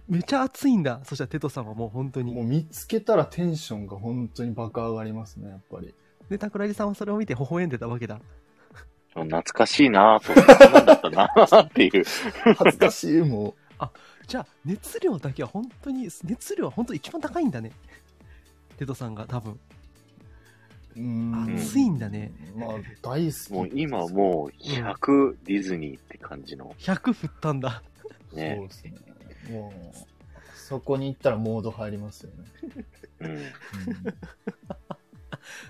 C: めちゃ熱いんだ。そしたらテトさんはもう本当
A: も
C: に。
A: う見つけたらテンションが本当に爆上がりますね、やっぱり。
C: で、桜井さんはそれを見て微笑んでたわけだ。
B: 懐かしいなぁと、こんなんだったなぁっていう。
A: 恥ずかしい、も
C: じゃあ、熱量だけは本当に、熱量は本当一番高いんだね。テトさんが多分。
A: う。うん
C: 熱いんだね。
A: まあ、大好き。
B: もう今もう100ディズニーって感じの
C: 100振ったんだ。
B: ね
A: そう。ですね。もう、そこに行ったらモード入りますよね。
B: うん
A: うん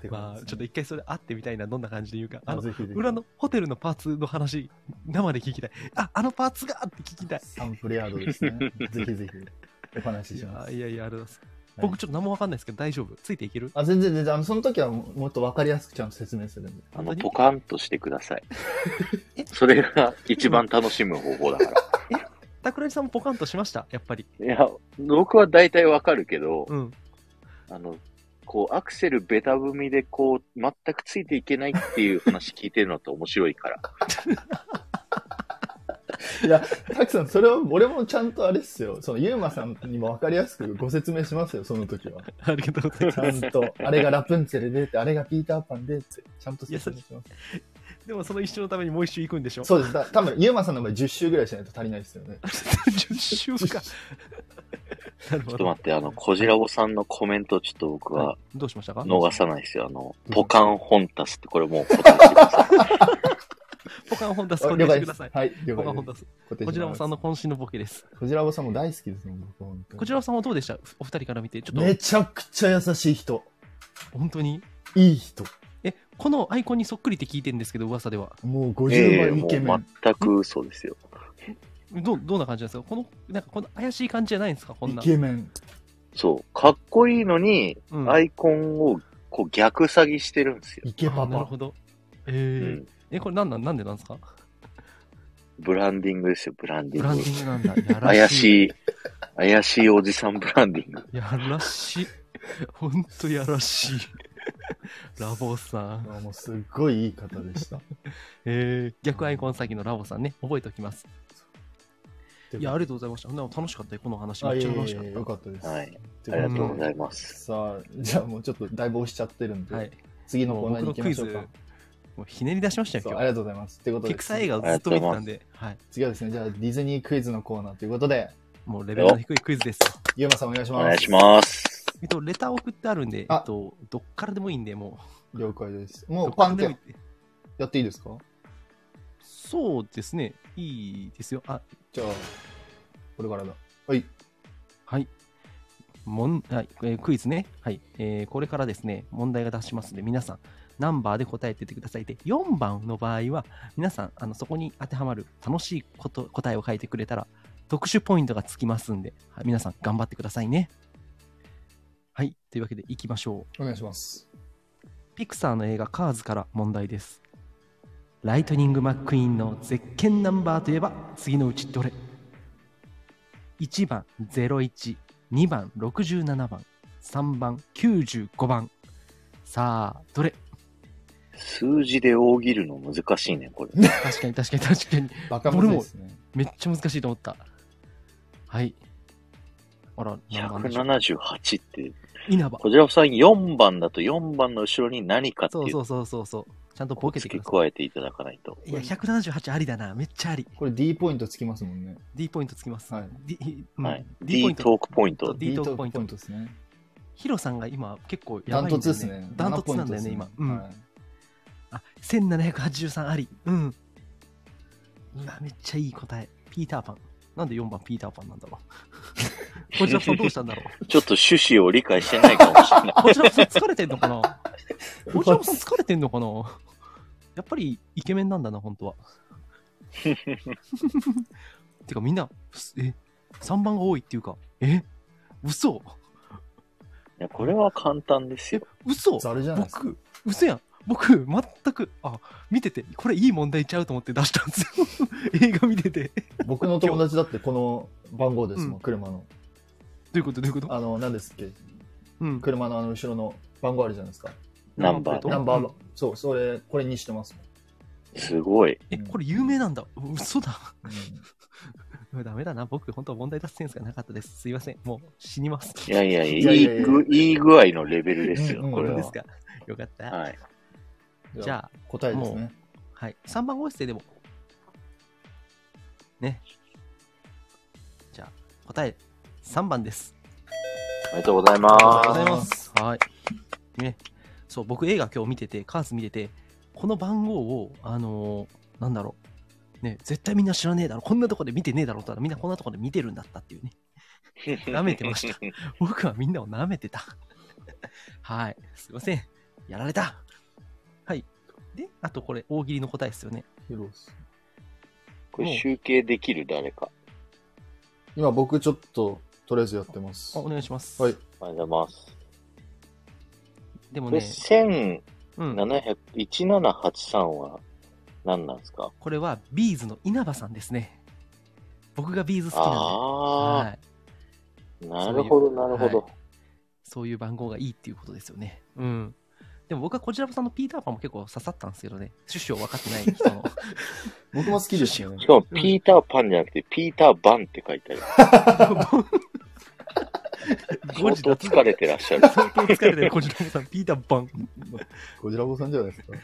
C: まあ、ちょっと一回それ会ってみたいな、どんな感じで言うか。あの、
A: ぜひぜひ
C: 裏のホテルのパーツの話、生で聞きたい。あ、あのパーツがって聞きたい。
A: サンプレアード ですね。ぜひぜひお話し
C: い
A: しま
C: や
A: す。
C: いやいや、あれです。
A: はい
C: 僕ちょっと何もわかんないですけど、大丈夫。ついていける
A: あ全然全然あの、その時はもっとわかりやすくちゃんと説明するんで。
B: あ
C: 本当
B: の、
C: に
B: ポカンとしてくだ さい
C: え。
B: それが一番楽しむ方法だか
C: 桜井さんもポカンとしました、やっぱり。
B: ら。いや、僕は大体わかるけど、
C: うん。
B: あの、こう、アクセルベタ踏みで、こう、全くついていけないっていう話聞いてるのって面白い から。
A: いや、たくさん、それは俺もちゃんとあれっすよ。その、ゆうまさんにもわかりやすくご説明しますよ、その時は。
C: ありがとうございます
A: ち。ゃんと、あれがラプンツェルでって、あれがピーターパンでって、ちゃんと説明します。
C: でもその一周のためにもう一周行くんでしょ
A: そうです。だ多分ゆうまさんの場合10周ぐらいしないと足りないですよね。
C: 10周か。なる
B: ちょ
C: ほ
B: っと
C: ど。
B: 待って、あの、こじらぼさんのコメントちょっと僕は
C: はいどうしましたか
B: 逃さないですよ。あの
A: う、ん
B: ポカンホンタスってこれもう答えしてください。
C: ポカンホンダス、
A: あ
C: これして
A: で
C: く
A: す。
C: ださい。
A: はい、了
C: ポカン
A: 解
C: ホン
A: で
C: ダ
A: す。
C: ス。
A: こ
C: こちらもさんの渾身のボケです。
A: こじらぼさんも大好きですもん、僕、本当に
C: こちらもさんはどうでしたお二人から見て、ちょっと、
A: めちゃくちゃ優しい人。
C: 本当に。
A: いい人。
C: え、このアイコンにそっくりって聞いてるんですけど、噂では。
A: もう50
B: ええ
A: 倍イケメ
B: も
A: ン。
B: う全く嘘ですよ。
C: どう、どんな感じなんですかこの、なんかこの怪しい感じじゃないんですかこん
A: イ
C: な。
A: ケメン。
B: そう、かっこいいのに、
C: うん
B: アイコンをこう逆詐欺してるんですよ。
A: イケパ
C: あなる
A: パ。
C: ほど。え
B: う
C: ー
B: ん。
C: え、これなんなん、なんでなんですか
B: ブランディングですよ、ブランデ
C: ブ
B: ィ
C: ラ
B: ン
C: ン
B: グ
C: デ。ィングなんだ。
B: 怪
C: い。
B: しい、怪しいおじさんブランディング。
C: やらしい。ほんとやらしい。ラボさん。
A: あもうすっごいいい方で した。
C: えー、逆アイコン詐欺のラボさんね、覚えておきます。いや、ありがとうございました。なんか楽しかったよ、この話。
A: あ
C: めっ
A: い
C: ち
A: え
C: ゃ
A: い
C: 楽しかっ
A: えよかったです。
B: はい
A: と
B: あ
A: い
B: り
A: うことと
B: がうご
A: で
B: ざいます。
A: さあ、じゃあもうちょっとだいぶ押しちゃってるんで、
C: た。はい。
A: 次の
C: も
A: コ
C: う
A: ーナー
C: 僕
A: に行
C: の
A: き
C: ク
A: ま
C: イ
A: しょう
C: ズ
A: か。、
C: もうひねり出しましたよ、
A: そうあり
C: 今
A: がとうございます。ということ
C: 日。
A: で
C: ピクサー映画をずっと見てたんで、はい。
A: 次はですね、じゃあディズニークイズのコーナーということで、
C: もうレベルの低いクイズです。
A: ゆうまさんお願いし
B: お
A: ます。
B: 願いします。
C: えっと、レター送ってあるんで、え
A: あ
C: っと、どっからでもいいんで、も
A: 了解です。
C: う。
A: も
C: ど
A: う
C: っか
A: パ
C: ら
A: ンっ
C: でもい
A: て
C: いんで
A: やっていいですか
C: そうですね。いいですよ。あ、
A: じゃあ、これからだ。はい。
C: はい。問題、えークイズね。はい、えーこれからですね、問題が出しますので、皆さん、ナンバーで答えてってくださいで4番の場合は皆さんあのそこに当てはまる楽しいこと答えを書いてくれたら特殊ポイントがつきますんではい皆さん頑張ってくださいねはいというわけでいきましょう
A: お願いします。
C: ピクサーの映画カーズから問題です。ライトニング・マックイーンの絶ンナンバーといえば次のうちどれ ?1 番01、2番67番、3番95番。さあ、どれ
B: 数字で大喜るの難しいね、これ。
C: 確かに確かに確かに。
A: バカむずいですね。
C: めっちゃ難しいと思った。はい。あら、何番でしょう
B: 178って、
C: 稲葉。
B: こちらさん4番だと4番の後ろに何かって
C: そう
B: いう
C: そ
B: の
C: うそうそうそう。ちゃんとボ
B: を
C: ケて
B: 付
C: く
B: け
C: ださ
B: 加えていただかないと。
C: い。いや、178ありだな。めっちゃあり。
A: これ D ポイントつきますもんね。
C: D ポイントつきます。
A: はい
C: D うん
B: はい。
C: D ポイ
B: D
C: ン
B: ト
C: ト。
B: ークポイント。
C: D トークポイント
A: ポイントですね。
C: ヒロさんが今結構
A: ダ
C: やば
A: ン
C: いん
A: ト
C: だ
A: ツで
C: よ
A: す
C: ね
A: ね。。
C: ダントツなんだよね、
A: 7
C: 今
A: ポ。イ
C: う
A: ン
C: ん。
A: トですね
C: あ、1783あり。うん。うわ、めっちゃいい答え。ピーターパン。なんで4番ピーターパンなんだろ う。こちらさんどうしたんだろう。
B: ちょっと趣旨を理解してないかもしれない。
C: こちらさん疲れてんの かなこちらさん疲れてんのかなやっぱりイケメンなんだな、本 当は。てかみんな、すえ、3番が多いっていうか、え、嘘
B: いやこれは簡単です
C: え
B: よ。、
A: は
C: 嘘
A: い。ざるじゃないですか。
C: 僕、嘘やん。僕、全く、あ、見てて、これいい問題ちゃうと思って出したんですよ。 映画見てて。
A: 僕の友達だってこの番号ですも
C: うん
A: ん、車の。
C: どういうことどういうこと
A: あの、何ですっけ
C: うん。
A: 車のあの後ろの番号あるじゃないですか。
B: ナンバー
C: ど
B: ね
C: う
A: ナンバー
C: う
A: の。そう、それ、これにしてますもん。
B: すごい。
C: え、これ有名なんだ。う嘘だ。
A: うん
C: うわダメだな。僕、本当問題出すセンスがなかったです。すいません。もう死にます。
B: いやいやい
A: いや
B: や、い
A: い
B: い
A: やいや
B: 具いい具合のレベルですよ、
A: うんうん
B: これ
C: 本当
B: は
C: です。か。よかった。
B: はい。
C: じゃあ、
A: 答えですね。
C: はい。3番号室でも。ね。じゃあ、答え、3番です。
B: おめでとうござい
A: あ
C: ありがとう
B: ま
C: ご
B: す。
C: ざいます。はい。ね。そう、僕映画今日見てて、カーズ見てて、この番号を、あのーなんだろう。ね、絶対みんな知らねえだろ。こんなとこで見てねえだろうとたら、みんなこんなとこで見てるんだったっていうね。 舐めてました。僕はみんなを舐めてた。 はい。すいません。やられた。はい。で、あとこれ、大喜利の答えですよね。
A: ヒロス
B: これ集計できる誰か。
A: 今僕ちょっと、とりあえずやってます。
C: あお
A: は
C: 願いします。
A: い。。
B: おはようございます。
C: でも
B: これ、
C: ね、
B: 千
C: うん、
B: 1700 1783は何なんですか
C: これはビーズの稲葉さんですね。僕がビーズ好きなんで。は
B: あ
C: い。
B: あ、なるほど、なるほ
C: は
B: ど。
C: そういう番号がいいっていうことですよね。うん。でも僕はこちらさんのピーターパンも結構刺さったんですけどね。趣旨を分かってない人の。
A: 僕も好きですよ ね
B: し。かも、ピーターパンじゃなくて、ピーターバンって書いてある。相
C: ゴジ
B: 当
C: ラ
B: 疲れてらっしゃる。
C: 相当疲 れてるこちらさん、ピーターパン。
A: ゴジラボさんじゃないですか。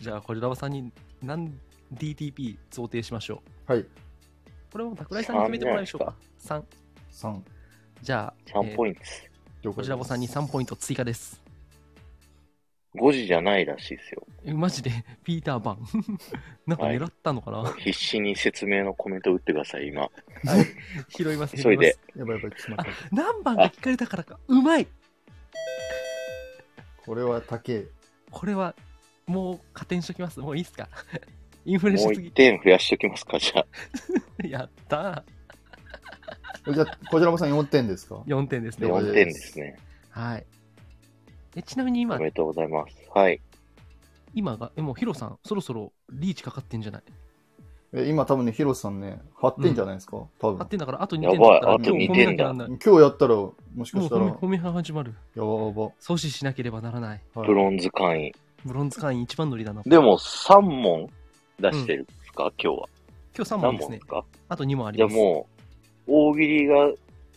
C: じゃあこちらさんに何 DTP 贈呈しましょう。
A: はい。
C: これも桜井さんに決めてもらいましょうか。3。
A: 3、
C: じゃあ、
B: 3ポイント。
A: 了
C: こ
A: 解
C: ちらさんに3ポイント追加です。
B: 5時じゃないらしいですよ。
C: えマジで、ピーターパン。 なんか狙ったのかな、
B: 必死に説明のコメント打ってください、今。
C: 拾います、
B: 急いで。
A: やばいやばい、決まった。
C: 何番が聞かれたからか。うまい
A: これは高え。
C: これはもう加点しときます。もういいっすか インフレし
B: もう
C: す
B: 1
C: ぎ。
B: 点増やしておきますか、じゃあ。
C: やった
A: じゃあ、こちらボさん4点ですか
C: ー。4点ですね。
A: 了解
B: 4点ですね。
C: はい。えちなみに
B: お
C: 今
B: め、でとうございます。はい。
C: 今が、えもうヒロさん、そろそろリーチかかってんじゃない
A: え今多分ね、ヒロさんね、8点じゃないですか、多
C: かっ
A: 分。
C: てんだから、あと2
B: やばい
C: 点だったら、
B: あ
A: と
C: 今
A: 2
C: 日褒
B: 点
C: めなきゃな
B: だ
C: らない。も
A: 今日やったら、もしか
C: う
A: したら、やば
C: 褒め褒めが始まる。
A: やば。
C: 阻止しなければならない。
A: はい
B: ブロンズ会員。
C: ブロンズ会員一番乗りだな。
B: でも、3問出してるんですか、今日は。
C: 今日3
B: 何
C: 問で
B: 問
C: す
B: で
C: ね
B: す。か
C: あと2問あり
B: じゃあ
C: ます。
B: もう、大喜利が、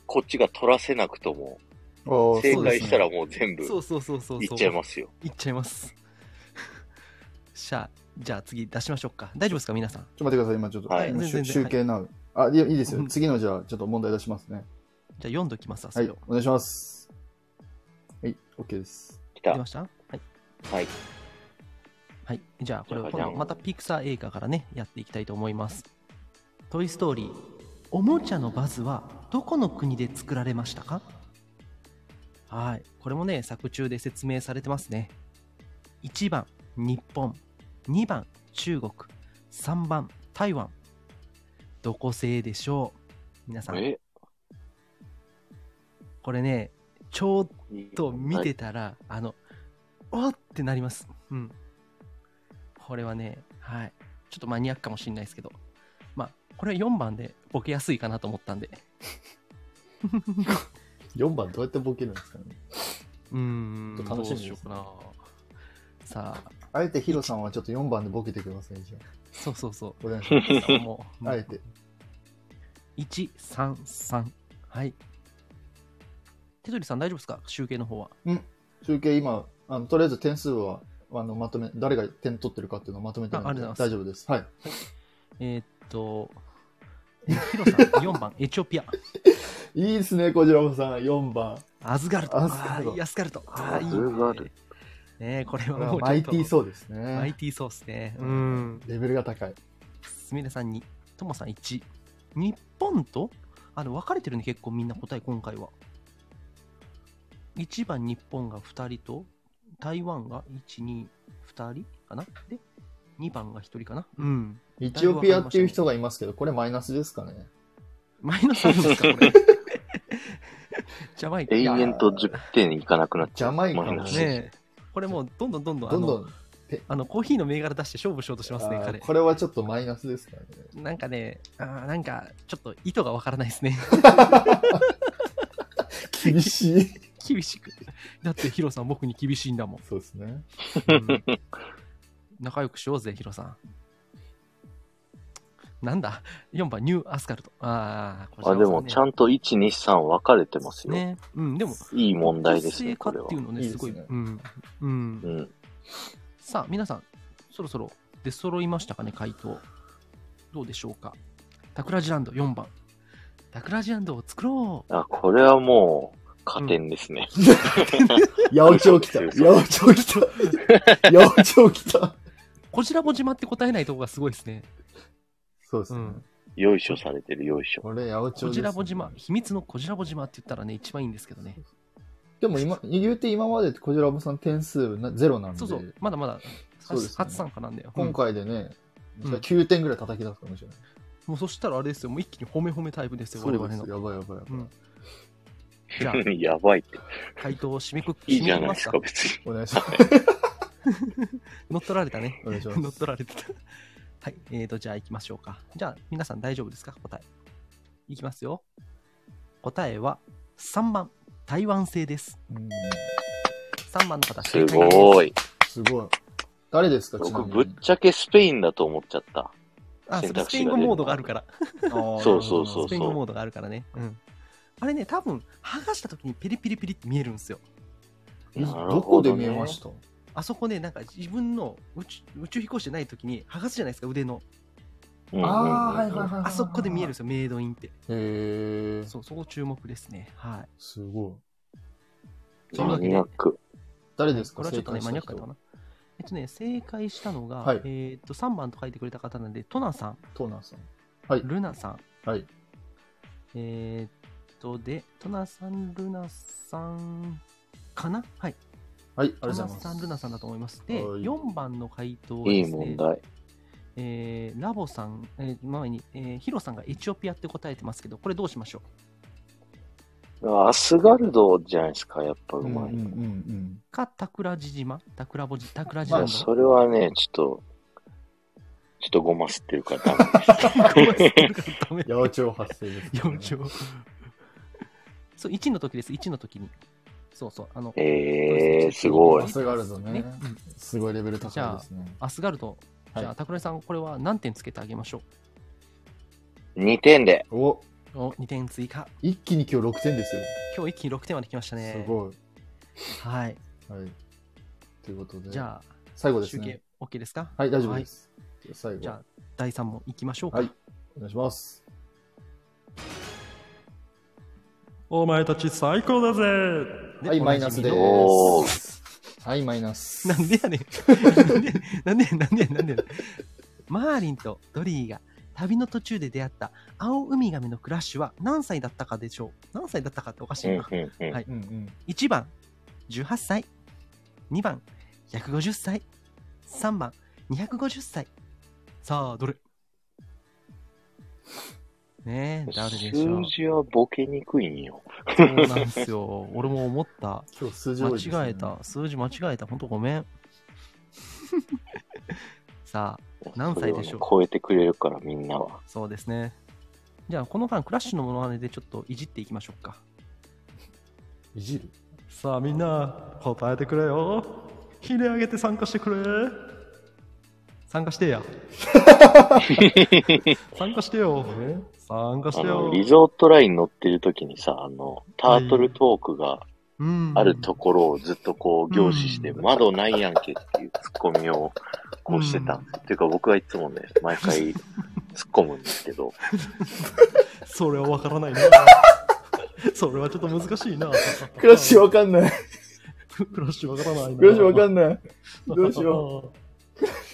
B: こっちが取らせなくとも、
A: あー
B: 正
A: そうで
B: 解
A: す
B: し
A: ね
B: たらもう全部
C: そうそうそうそう
B: い
C: そ
B: っ
C: う。
B: ちゃいますよ。
C: いっちゃいます。 しゃあ、じゃあ次出しましょうか。大丈夫ですか、皆さん。
A: ちょっと待ってください、今ちょっと、
B: はい
A: 今
C: 全然
A: 集
C: 全然
A: 集計なう。あ、いいいいです
C: うん
A: よ。次のじゃあ、ちょっと問題出しますね。
C: じゃあ読んどきます、あそ
A: はい
C: れを。、
A: お願いします。はい、OK です。
B: 来た。
C: 出
B: は
C: ましたはい。
B: い。
C: はい、じゃあこれを
B: じゃあ
C: 今度またピクサー映画からねやっていきたいと思います「トイ・ストーリー」おもちゃのバズはどこの国で作られましたかはいこれもね作中で説明されてますね1番日本2番中国3番台湾どこ製でしょう皆さん
B: え
C: これねちょっ
B: いい
C: と見てたら、あのおってなりますうんこれはねはいちょっとマニアックかもしれないですけどまあこれは4番でボケやすいかなと思ったんで
A: 4番どうやってボケるんですかね。
C: うーん
A: ちょっと楽しみです
C: どうしようかなさあ
A: あえてヒロさんはちょっと4番でボケてください、じゃあ。
C: そうそうそう
A: お願いし ま
C: さあもう
A: す。あえて。
C: 133はい手取さん大丈夫ですか集計の方は
A: 集計今、あのとりあえず点数はあのまとめ、誰が点取ってるかっていうのをまとめてる
C: あ
A: の
C: あり
A: で
C: がとうござい
A: 大丈夫です。はい。
C: えーっとえヒロさん4番エチオピア
A: いいですね、小次郎さん、4番。
C: アズガルト
A: アズガルト
C: あーいいアズガルトあーいい
B: アズガル
C: ねねこれは
A: これは
C: もう
A: マイティー
C: ー
A: そうです
C: マイ
A: ね。
C: ティーソースねうん
A: レベルが高い。
C: すみれさん2ともさん1日本とあの分かれてるね結構みんな答え今回は1番日本が2人と台湾が122人かなで2番が1人かなうん
A: エチオピアっていう人がいますけど、これマイナスですかね。
C: マイナスあるんですかこれ ジャマイカ
B: 永
C: ね
B: 遠と10点いかなくなっちゃう。
A: ジャマイカもね
B: マイナス
C: えこれもうどんどんどんどんあ
A: ど
C: の
A: んどん、
C: あのコーヒーの銘柄出して勝負しようとしますね
A: あー
C: 彼
A: これはちょっとマイナスですからね。
C: なんかねあーなんかちょっと意図がわからないですね
A: 厳しい。
C: 厳しくだってヒロさん僕に厳しいんだ もん
A: そうですね。
C: うん仲良くしようぜ、ヒロさん。なんだ ?4 番、ニューアスカルト。ああ、こ
B: あ、でも、ちゃ
C: ん
B: んと1、2、3分かれてますよ。
C: ね。うん、でも、
B: いい問題ですね、
C: 個
B: こ
C: 性
B: れ
C: 化っ
B: は
C: てい。うの
A: い
C: ね、
A: い
C: す
A: です
C: ご
A: ね
C: い。うん。うん
B: うん。
C: さあ、皆さん、そろそろ出揃いましたかね、回答。どうでしょうか。タクラジランド4番。タクラジランドを作ろう
B: あ、これはもう、加点ですね。
A: 八百長来た。八百長 来た。八百長来た。
C: こちらも島って答えないとこがすごいですね。
A: そうです
C: う
A: ね。
C: ん。
B: よいしょされてる、よいしょ。
A: これ八百長
C: こ
A: です、
C: ちらぼ島、秘密のこちらぼ島って言ったらね、一番いいんですけどね。
A: でも今、言うて今までって小次郎さん点数なゼロなんで、
C: そうそう、まだまだ
A: そうですね
C: 初初参加なんだよ。うん
A: 今回でね、
C: うん
A: 9点ぐらい叩き出すかもしれない。
C: もうそしたらあれですよ、もう一気に褒め褒めタイプですよ、
A: そ
C: 我
A: う
C: 々
A: です
C: の。
A: やばいやばいやばい。
C: うん、じゃあ、
B: やばいって。
C: 回答を締めくく
B: い
C: 締
B: い
C: め
B: じゃな
C: 切り
B: い
C: ま
B: ですす
C: か
B: か、。別に。
A: お願い します。
C: 乗っ取られたね。
A: お願いします
C: 乗っ取られてた。はい、えーと、じゃあ行きましょうか。じゃあ、皆さん大丈夫ですか、答え。いきますよ。答えは3番、台湾製です。
A: うん
C: 3番の方、
B: す
C: 正解です。
B: ごい。
A: すごい。誰ですか、ちな
B: 僕、
A: みに
B: ぶっちゃけスペインだと思っちゃった。
C: あ、
B: 選
C: そ
B: 択肢が出る
C: うスペイン語モードがあるから。
A: あー
B: そうそうそう
C: スペイン語モードがあるからね。うん。あれね、多分剥がした時にペリペリペリって見えるんですよ。
A: なるほどね
B: なる
A: ど
B: ほ
A: こで
B: ど
A: 見
B: ね
A: えました
C: あそこね、なんか自分の宇宙宇宙飛行士じゃない時に剥がすじゃないですか、腕の。
B: うんうんうん
A: あーはいはいはいはい。
C: あそこで見えるんですよ、メイドインって。
A: へえ。
C: そう、そこ注目ですね。はい。
A: すごい。
C: そん
B: マ
C: なわけ
B: ニア
C: で
B: ッ、ク。
A: 誰です
C: こ
A: か
C: れはちょっとね、マニアックだった
A: と
C: かな。えっとね、正解したのが、
A: はい
C: えーっと、3番と書いてくれた方なんで、トナさん、
A: トーナーさん。はい。
C: ルナさん、
A: はい。
C: えーっと、で、トナさん、ルナさんかなはい。
A: はい、あ
C: ト
A: りがとうござい
C: ナ
A: ます。
C: さん、ルナさんだと思います。で、
A: はい
C: 4番の回答はいで
B: い
C: すね、
B: 問題。
C: えーラボさん、えー前に、えーヒロさんがエチオピアって答えてますけど、これどうしましょう
B: アスガルドじゃないですか、やっぱう
A: うんうん
B: ま
A: う
B: い。
A: んうん。
C: か、桜地島桜ぼじ、桜地
B: ま
C: 島
B: あ、
C: の。
B: それはね、ちょっと、ちょっとごま吸ってるからダメです。
C: ダメ
A: 八百長発生です、ね。
C: 4兆。そう、1の時です、1の時に。そうそう、あの、
B: えー、すごい
A: ア。スガルドね
C: うん
A: すごいレベル高いですね。
C: アスガルド、じゃ
A: は
C: あ、桜井さん、これは何点つけてあげましょ
B: 2点で。
A: お
C: うお ?2 点追加。
A: 一気に今日6点ですよ。
C: 今日一気に6点まで来ましたね。
A: すごい。
C: はい。
A: はい。ということで、
C: じゃあ、
A: 最後です
C: 集計
A: ね。
C: OK ですか
A: はい、大丈夫で。す。最
C: はいじゃ
A: 後
C: あ、、第3問いきましょうか。
A: はいお願いします。
C: お前たち最高だぜ
A: はい、マイナスで
B: おー
A: す。はい、マイナス。
C: なんで やねん。なんでやなんでやなんでやなんでや。マーリンとドリーが旅の途中で出会った青ウミガメのクラッシュは何歳だったかでしょう何歳だったかっておかし
B: う
C: い
B: ん
C: な。
B: うんうん
C: はい
A: うんうん。
C: 1番、18歳。2番、 150歳。3番、250歳。さあ、どれねえ、誰でしょう
B: 数。字はボケにくいんよ。
C: そうなんですよ。俺も思った。
A: 今日数字多い
C: 間
A: ですね
C: 違えた。数字間違えた。ほんとご めん。さあ、何歳でしょ
B: そ
C: う
B: れをね超えてくれるから、みんな は。
C: そうですね。じゃあ、この間、クラッシュのものまねでちょっといじっていきましょうか。
A: いじる
C: さあみんな答えてくれよひね上げて参加してくれ参加してや参加してよ参加し
B: あ
C: てよ
B: の、リゾートライン乗ってる時にさ、あの、タートルトークが
C: うん
B: あるところをずっとこう、凝視して、
C: うん
B: 窓ないやんけっていうツッコミをこうしてた。
C: うん
B: っていうか僕はいつもね、毎回突っ込むんですけど、
C: それはわから ないなそれはちょっと難しいな
A: クラッシュわかんない。
C: クラッシュわからないな
A: クラッシュわかんない。どうしよ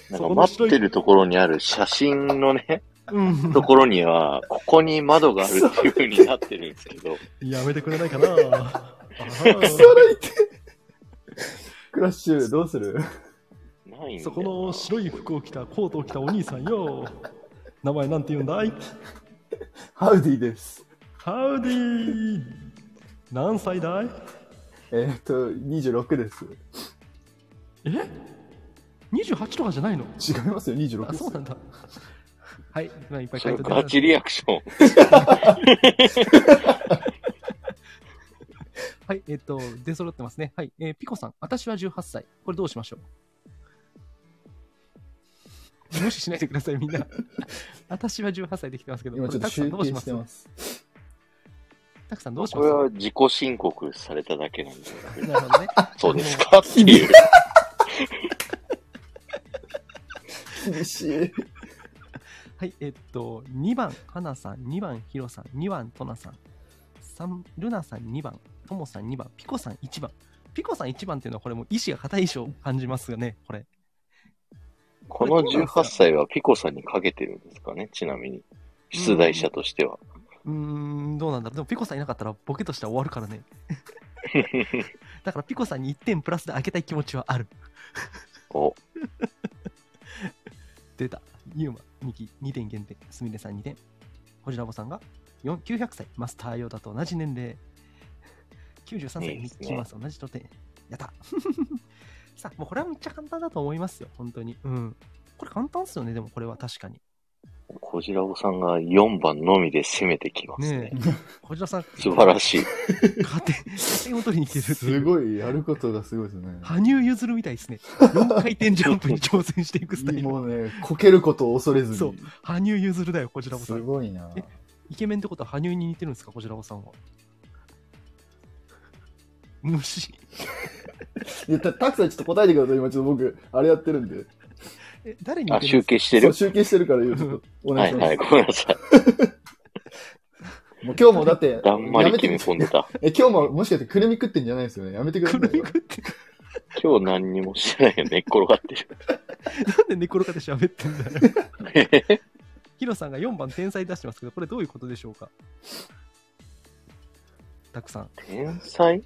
B: なんか待ってるところにある写真のね、
C: う、うん
B: と、ころには、ここに窓があるっていう風になってるんですけど、
C: やめてくれないかなあ
A: う。
C: ー
A: 笑いて。クラッシュ、どうする
B: ないんだよな
C: そこの白い服を着たコートを着たお兄さんよ名前なんて言うんだい
A: ハウディです。
C: ハウディ何歳だい
A: えーっと、26です。
C: え ?28 とかじゃないの
A: 違いますよ、26
C: あ、
A: で
C: そう
A: す。
C: なんだ。はい、まあいっぱい
B: そ
C: 書
B: れ
C: いて
B: ガチリアクション。
C: はい、えっ、と、出揃ってますね。はい、えーピコさん、私は18歳。これどうしましょう無視しないでください、みんな。私は18歳できてますけど、
A: 今
C: こ
A: ちょ
C: れ
A: っと
C: タクさん
A: 集
C: どう
A: 計
C: しま
A: して
C: す
A: ます。
C: タクさんどうしま
B: こ
C: す
B: れは自己申告されただけなんで、
C: なるほどね。
B: そうですかっていう。
A: 厳しい。
C: はい、えっと、2番、かなさん、2番、ひろさん、2番、となさん、3、ルナさん2番、ともさん2番、ピコさん1番。ピコさん1番っていうのは、これもう意志が固い意志を感じますよね、これ。
B: この18歳はピコさんにかけてるんですかね、ちなみに。出題者としては。
C: うーん、どうなんだろう。でも、ピコさんいなかったら、ボケとしては終わるからね。だから、ピコさんに1点プラスで開けたい気持ちはある。
B: お、
C: 出た。ユーマ、ミキ、2点減点。すみれさん2点。ホジラボさんが4 900歳。マスターヨーダと同じ年齢。93歳、
B: いい
C: ミ
B: で
C: ッ
B: すね
C: キーマウス同じと点。やった。 さあ、もうこれはめっちゃ簡単だと思いますよ。本当に。うん。これ簡単っすよね、でもこれは確かに。
B: コジラボさんが4番のみで攻めてきますね。
C: ねえ。 ホジラさん、
B: 素晴らしい。
C: 勝て、勝手を取りに来てるっていう
A: すごい、やることがすごいですね。
C: 羽生結弦みた いですね。4回転ジャンプに挑戦していくスタイル。
A: もうね、こけることを恐れず
C: そう
A: に。
C: 羽生結弦だよ、こちらもさ
A: す
C: ん。
A: ごいな。
C: えイケメンってことは羽生に似てるんですか、こちらもさんは。虫。
A: いや、たたくさんちょっと答えてください。今ちょっと僕、あれやってるんで。
C: え、誰に似
B: あ、
C: てるん
B: 集計
C: ですか
B: して
A: そ
B: る
A: う集計してるから、ちょっとお
B: は
A: 願い
B: い
A: します。
B: はい、ごめんなさい。
A: もう今日もだって、
B: だんま
A: や
B: り
A: め
B: 決め
A: て
B: 込んでた。
A: え、今日ももしかしてくるみ食ってんじゃないですよね。やめてください
C: くる
A: よ。
C: みくって、
B: 今日何にもしてないよ、寝っ転がって
C: なんで寝転がって喋ってんだ よ。
B: る。
C: ヒロさんが4番天才出してますけど、これどういうことでしょうかたくさん。
B: 天才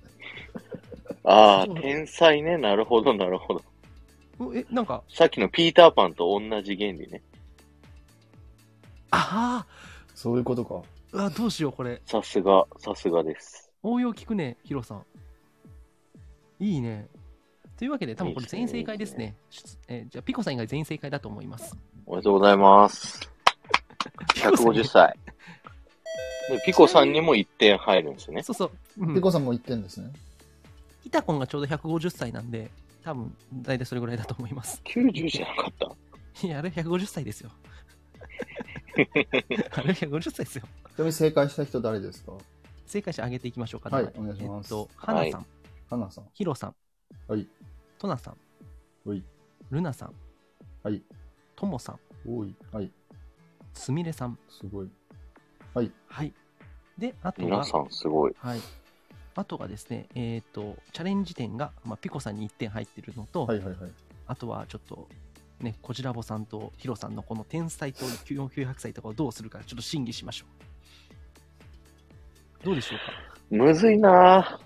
B: ああ、天才ね。なるほど、なるほど。
C: おえ、なんか、
B: さっきのピーターパンと同じ原理ね。
C: あ
A: そういうことか。
C: あ、うわどうしよう、これ。
B: さすが、さすがです。
C: 応用聞くね、ヒロさん。いいね。というわけで、多分これ全員正解ですね。出えーじゃあ、ピコさん以外全員正解だと思います。
B: おめでとうございます。150歳。でピコさんにも1点入るんですね。
C: そうそう。うん
A: ピコさんも言ってんですね。
C: イタコンがちょうど150歳なんで、多分大体それぐらいだと思います。
B: 90じゃなかった
C: いや、あれ150歳ですよ。あれ150歳です
A: ち
C: よ。
A: なみに正解した人誰ですか
C: 正解者上げていきましょうか、
A: はいお願いします
C: えっと、はなさん、
A: ハナさん。
C: ヒロさん、
A: はい。
C: トナさん、
A: はい。
C: ルナさん、
A: はい。
C: トモさん、
A: 多い。はい。
C: すみれさん。
A: すごい。
C: はい。で、あと
B: 皆
C: は、
B: さんすごい。
C: はい。あとがですね、えっ、と、チャレンジ点が、まあ、ピコさんに1点入ってるのと、
A: はいはいはい。
C: あとはちょっと、ね、こじらぼさんとヒロさんのこの天才と900歳とかをどうするか、ちょっと審議しましょう。どうでしょうか
B: むずいなぁ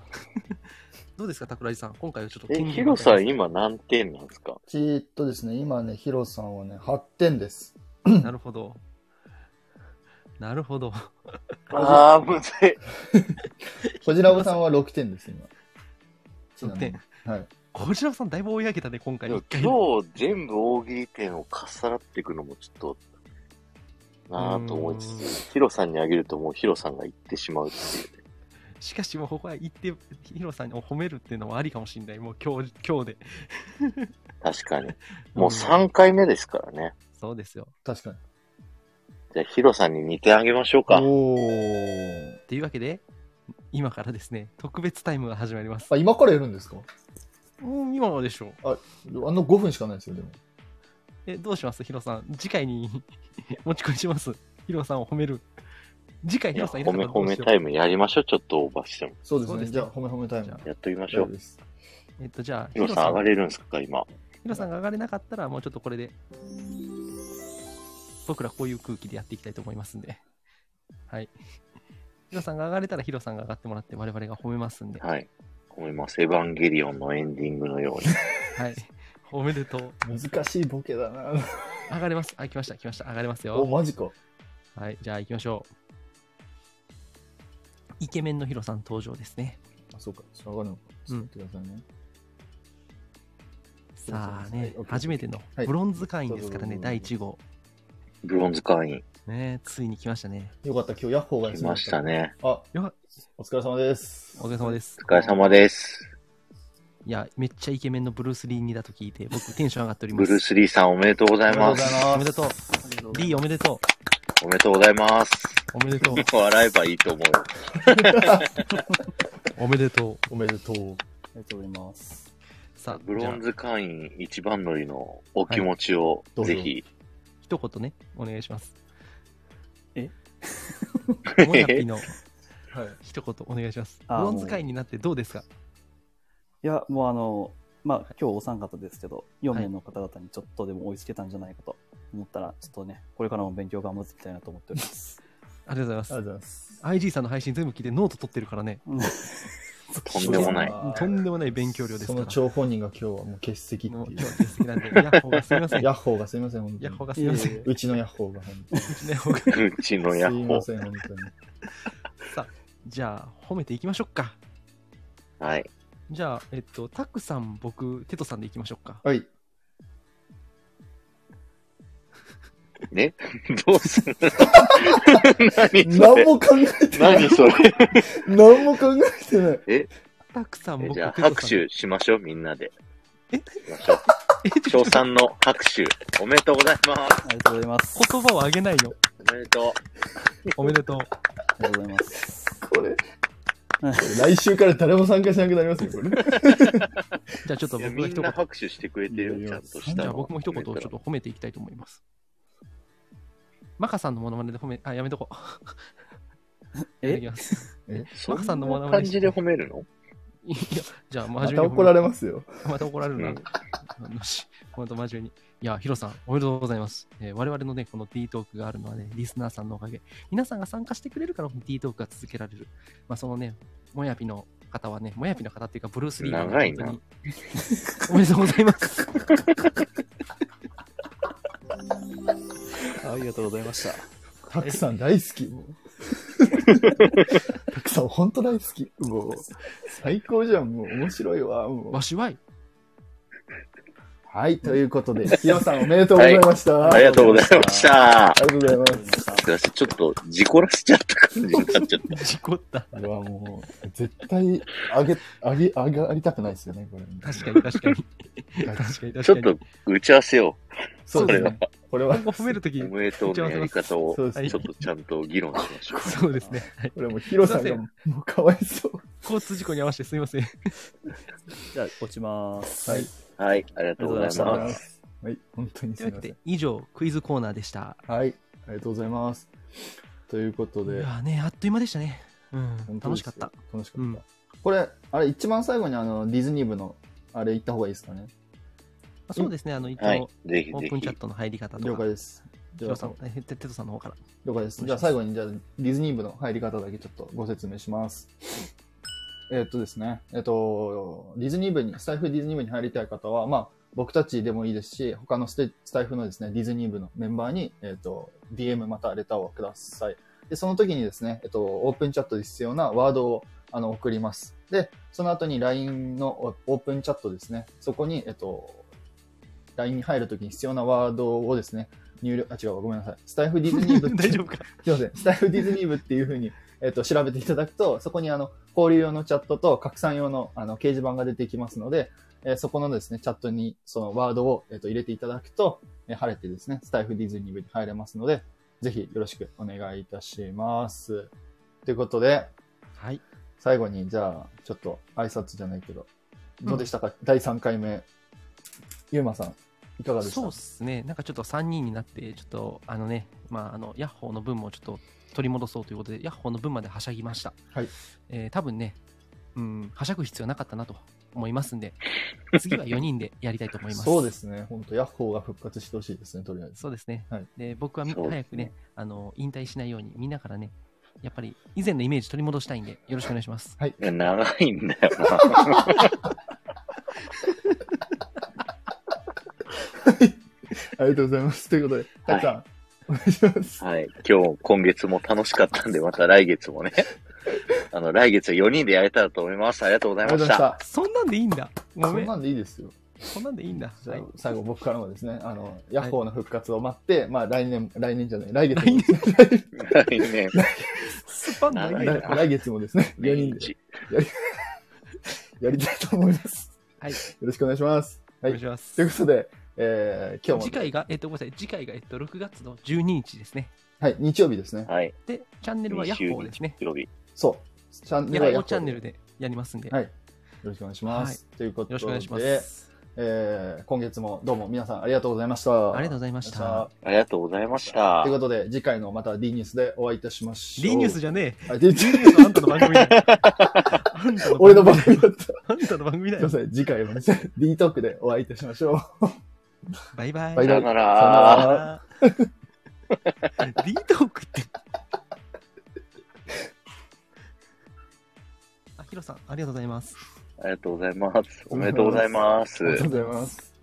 C: どうですか、桜井さん。今回はちょっと
B: え、
C: 権限
B: ヒロさ
C: が
B: ん今何点なんですか
A: ちーっとですね、今ね、ヒロさんはね、8点です。
C: なるほど。なるほど。
B: ああ、むずい。
A: こじらぼさんは6点です、今。ちな
C: 6
A: みに
C: 点。。
A: はい。
C: 小白さん、だいぶ追い上げたね、今回。
B: でも
C: 一回
B: 今日全部大喜利点をかっさらっていくのもちょっと、なあと思いつ
C: うーん
B: つ、ヒロさんにあげるともうヒロさんが言ってしまうっていうね。
C: しかし、もうここは行って、ヒロさんを褒めるっていうのもありかもしれない。もう今日、今日で。
B: 確かに。もう
C: うん
B: 3回目ですからね。
C: そうですよ。
A: 確かに。
B: じゃあヒロさんに2点あげましょうか。
A: おー。
C: というわけで、今からですね、特別タイムが始まります。
A: あ、今からやるんですか
C: うん、今のでしょう。
A: あの5分しかないですよ、でも。
C: え、どうしますヒロさん。次回に 持ち込みします。ヒロさんを褒める。次回
B: い
C: ヒ
B: や、
C: ロさんい
B: 褒
C: なかっ
B: め
C: たらど
B: 褒
C: う
B: め
C: しよ
B: タ
C: う。
B: イムやりましょう。ちょっとオーバーしても。
A: そうです
C: そう
A: ね。
C: ですね
A: じゃあ、褒め褒めタイム。
C: じゃあ
B: やっときまし
A: 大丈
B: ょ
A: 夫
B: う。
A: です。
C: えっと、じゃあ、
B: ヒロさん上がれるんですか今。
C: ヒロさんが上がれなかったら、もうちょっとこれで、僕らこういう空気でやっていきたいと思いますんで。はい。ヒロさんが上がれたら、ヒロさんが上がってもらって、我々が褒めますんで。は
B: はい。思います。エヴァンゲリオンのエンディングのように。
C: い。おめでとう。
A: 難しいボケだな。
C: 上がれます。あ、来ました、来ました。上がれます
A: お、
C: よ。
A: マジか。
C: はい。じゃあ、行きましょう。イケメンのヒロさん登場ですね。
A: あ、そうか。しょうがないのか。ちょっと待ってくださいね。
C: さあ
A: はい
C: ね
A: オッケー、
C: 初めての
A: はい
C: ブロンズ会員ですから
A: どうぞどう
C: ね、
A: ぞ
C: 第1号。
B: ブロンズ会員
C: ね、ついに来ましたね。
A: よかった、今日ヤッホーが
B: 来ました。ね。
A: あ、
C: よ
A: お疲れ様です。
C: お疲れ様です
B: お。疲れ様です。
C: いや、めっちゃイケメンのブルース・リーにだと聞いて、僕テンション上がっておりま
B: ブ
C: す。
B: ルース・リーさんおめでとうございます。
C: おめでとうリーおめでと
B: おめでとうございます。
C: う。おめ でとう。
B: 笑えばいいと思うよ。
C: おめでと
A: おめでとう。ありがとうございます。
C: う。さあ、
B: ブロン
C: じゃ
B: ズ会員一番乗りのお気持ちを
A: はい
B: ぜひ。
C: あ一言ね、お願いします。
E: え
C: もや ぴの
A: はい。
C: 一言お願いします。ブ
E: あー
C: ロンズ会員になってどうですか
E: いや、もうあの、まあ、今日お三方ですけど、4名の方々にちょっとでも追いつけたんじゃないかと思ったら、ちょっとね、これからも勉強頑張っていきたいなと思っております。
C: ありがとうご
A: ありがと
C: ざ
A: う
C: い
A: ございま
C: ます。IG さんの配信全部聞いてノート取ってるからね。
B: とんでもない。
A: す。
C: とんでもない勉強量です
A: そ
C: か
A: の
C: ら。
A: 張本人が今日はもう欠席ってい
C: もう今日
A: う。
C: は欠席なんで、ヤッホーがすみません。ヤ
A: ヤッホーがすいません、本当
C: ッホー
A: に。
C: がすみません。
A: うちのヤッホーが本当に。
C: ヤッホーが
B: うちのヤ
A: すい
B: ッホ
A: ま
B: ー。
A: せん、本当に。
C: じゃあ、褒めていきましょうか。
B: はい。
C: じゃあ、えっと、タクさん、僕、テトさんでいきましょうか。
A: はい。
B: ねどうする何そ
A: 何
B: れ
A: も考えてない
B: 何。それ
A: 何も考えてない。
C: タクさん、
B: え
C: 僕、
B: じゃあ
C: テトさん
B: 拍。手しましょう、みんなで。
C: え
B: しましょう。
C: え、ちょ
B: 賞
C: っと
B: 賛の拍手。おめでとうございます。
E: ありがとうございます。
C: 言葉をあげないの。
B: おめでと
C: おめでとう。
E: ありがとうございます。
A: こ れ。来週から誰も参加しなくなりますよ、これ。
C: じゃあ、ちょっと
B: う。いや
C: 僕
B: み
C: が一
B: ん
C: 言
B: な。拍手してくれてるよ、ちゃんとし
C: じ
B: た
C: ゃ
B: の
C: あ、僕も一言、ちょっと褒めていきたいと思います。マカさんのモノマネで褒め、あ、やめとこう。いただき
E: え
C: ます。
B: そ
C: マカさんのモ
B: ん
C: ノ
B: な
C: マネ
B: 感
C: して
B: じで褒めるの
C: いや、じゃあ、真
A: ま
C: 面目に
A: た
C: 褒め
A: 怒られますよ。
C: また怒られるな。
B: う
C: よし、本当真面目に。いや、ヒロさん、おめでとうございます。えー我々のね、この D トークがあるのはね、リスナーさんのおかげ。皆さんが参加してくれるから、この D トークが続けられる。まあ、そのね、もやぴの方はね、もやぴの方っていうか、ブルース・リーが
B: 長いな
C: 本当に。 おめでとうございます。
E: ありがとうございました。
A: たくさん大好き。もうたくさん本当大好き。もう、最高じゃん。もう面白いわ。もう
C: わしわい。
A: はい、ということで、ヒロさんおめでとうございました。
B: あ
A: あ
B: り
A: り
B: がとうございました。
A: がとうございます。
B: すいませんちょっと事故らせちゃった感じになっちゃっ
C: 事故った。
A: これはもう、絶対、あげ、あげ、あがりたくないですよね、これ。
C: 確かに、確かに。確かに、確か
B: た。
C: に。
B: ちょっと打ち合わせを、
A: そうです
B: こ
A: ね。これは
C: 今、後褒めるとき
B: お、めでとうのやり方を、
A: そ
B: ち
A: うですね
B: ょっとちゃんと議論しましょう。
C: そうですね。はい
A: これもうヒロさんが、もうかわいそう。
C: 交通事故に合わせてすみません。
E: じゃあ、落ちます。
A: はい。
B: はい、ありがとうございます。
E: ありがとうござい
A: は
E: ま
A: い、本当に
C: と
A: すみ
C: いうわ
A: ま
C: け
A: せん
C: で。、以上、クイズコーナーでした。
A: はい、ありがとうございます。ということ
C: い
A: で、
C: やね、あっという間でしたね。うん、
A: 本当で
C: 楽
A: す
C: しかった。
A: 楽しかった。
C: うん
A: これ、あれ、一番最後にあの、ディズニー部の、あれ行った方がいいですかね。
C: あそうですね、あの、一応、
B: はい、ぜひ
C: オ
B: ぜ
C: ープンチャ
B: ひ
C: ッ。トの入り方と
A: 了
C: か
A: 解、です。
C: ヒ
A: じゃ
C: ロ
A: あ、
C: さん、えテテトさんの方から。
A: 了解です。じゃあ最後に、じゃあディズニー部の入り方だけちょっとご説明します。えっとですね、えっと、ディズニー部に、スタイフディズニー部に入りたい方は、まあ、僕たちでもいいですし、他のステスタイフのですね、ディズニー部のメンバーに、えっと、DM またレターをください。で、その時にですね、えっと、オープンチャットで必要なワードを、あの、送ります。で、その後に LINE のオープンチャットですね、そこに、えっと、LINE に入る時に必要なワードをですね、入力、あ、違うわ、ごめんなさい。スタイフディズニー部
C: 大丈夫か
A: すいません。スタイフディズニー部っていうふうに、えっと、調べていただくと、そこにあの、交流用のチャットと拡散用のあの掲示板が出てきますので、えーそこのですね、チャットにそのワードを、えっと入れていただくと、えー晴れてですね、スタイフディズニー部に入れますので、ぜひよろしくお願いいたします。ということで、
C: はい。
A: 最後にじゃあ、ちょっと挨拶じゃないけど、どうでしたか、第3回目。ゆうまさん、いかがでした
C: そうですね。なんかちょっと3人になって、ちょっとあのね、まあ、あの、ヤッホーの分もちょっと取り戻そうということで、ヤッホーの分まではしゃぎました。
A: はい。
C: えー多分ね、うん、はしゃぐ必要なかったなと思います んで、次は4人でやりたいと思います。
A: そうで。すね。本当ヤッホーが復活してほしいですね、とりあえず。
C: そうですね。
A: はい
C: で、僕はみ
B: そうですね
C: 早くね、あの、引退しないように、みんなからね、やっぱり以前のイメージ取り戻したいんで、よろしくお願いします。
B: いや長いんだよな。
A: ありがとうございます。ということで、たくさん、お願いします。
B: はい。今日、今月も楽しかったんで、また来月もね。あの、来月は4人でやれたらと思います。ありがとうござ
A: あ
B: い
A: りがとうご
B: ま
A: ざ
B: し。
A: いましたた。
C: そんなんでいいんだ。ご
A: そ
C: め
A: ん
C: ん。
A: なんでいいですよ。
C: そんなんでいいんだ。
A: じゃ
C: は
A: あ
C: い
A: 最後僕からもですね、あの、ヤッホーの復活を待って、まあ来年、来年じゃない、来月もですね、
B: 来年、
C: スパン長い
B: 長い
C: な。
B: な
A: 来来月もですね、4人で
B: 一
A: やりたいと思います。
C: はい。
A: よろしくお願いします。
C: お
A: は
C: 願い
A: い。
C: します。
A: ということで、えー今日
C: 次
A: も、
C: 回が、えっと、ごめんなさい、次回が、えっと、6月の12日ですね。
A: はい、日曜日ですね。
B: はい。
C: で、チャンネルはヤッホーですね。
B: 曜日。
A: そう。チャンネ
C: ヤ
A: ルは
C: ッ
A: ヤ
C: ホ
A: ッホー
C: ーチャンネルでやりますんで、
A: は
C: よ
A: いよろしくお願いします。ということで、
C: ろしくお願いします。
A: えー今月もどうも皆さんありがとうございました。
C: あり
A: うご
C: がとうございました。。
B: ありがとうございました
A: という。ことで、次回のまた D ニュースでお会いいたしましょう。
C: D ニュースじゃね
A: あ D ニュー
C: え。D ニュースはあんたの番組だよ。あんた
A: 俺の番組
C: だ
A: だ
C: よ。
A: った。す
C: あんたの番組だ
A: いま
C: よ。
A: せん、次回はですね、D トークでお会いいたしましょう。
C: バイバイ。
A: バイバイ
B: さよな
A: さよな
B: ら
A: ら。
C: D トークって。あ、ヒロさん、ありがとうございます。
B: ありがとうございます。おめでとうございます
A: あ。りがとうございます。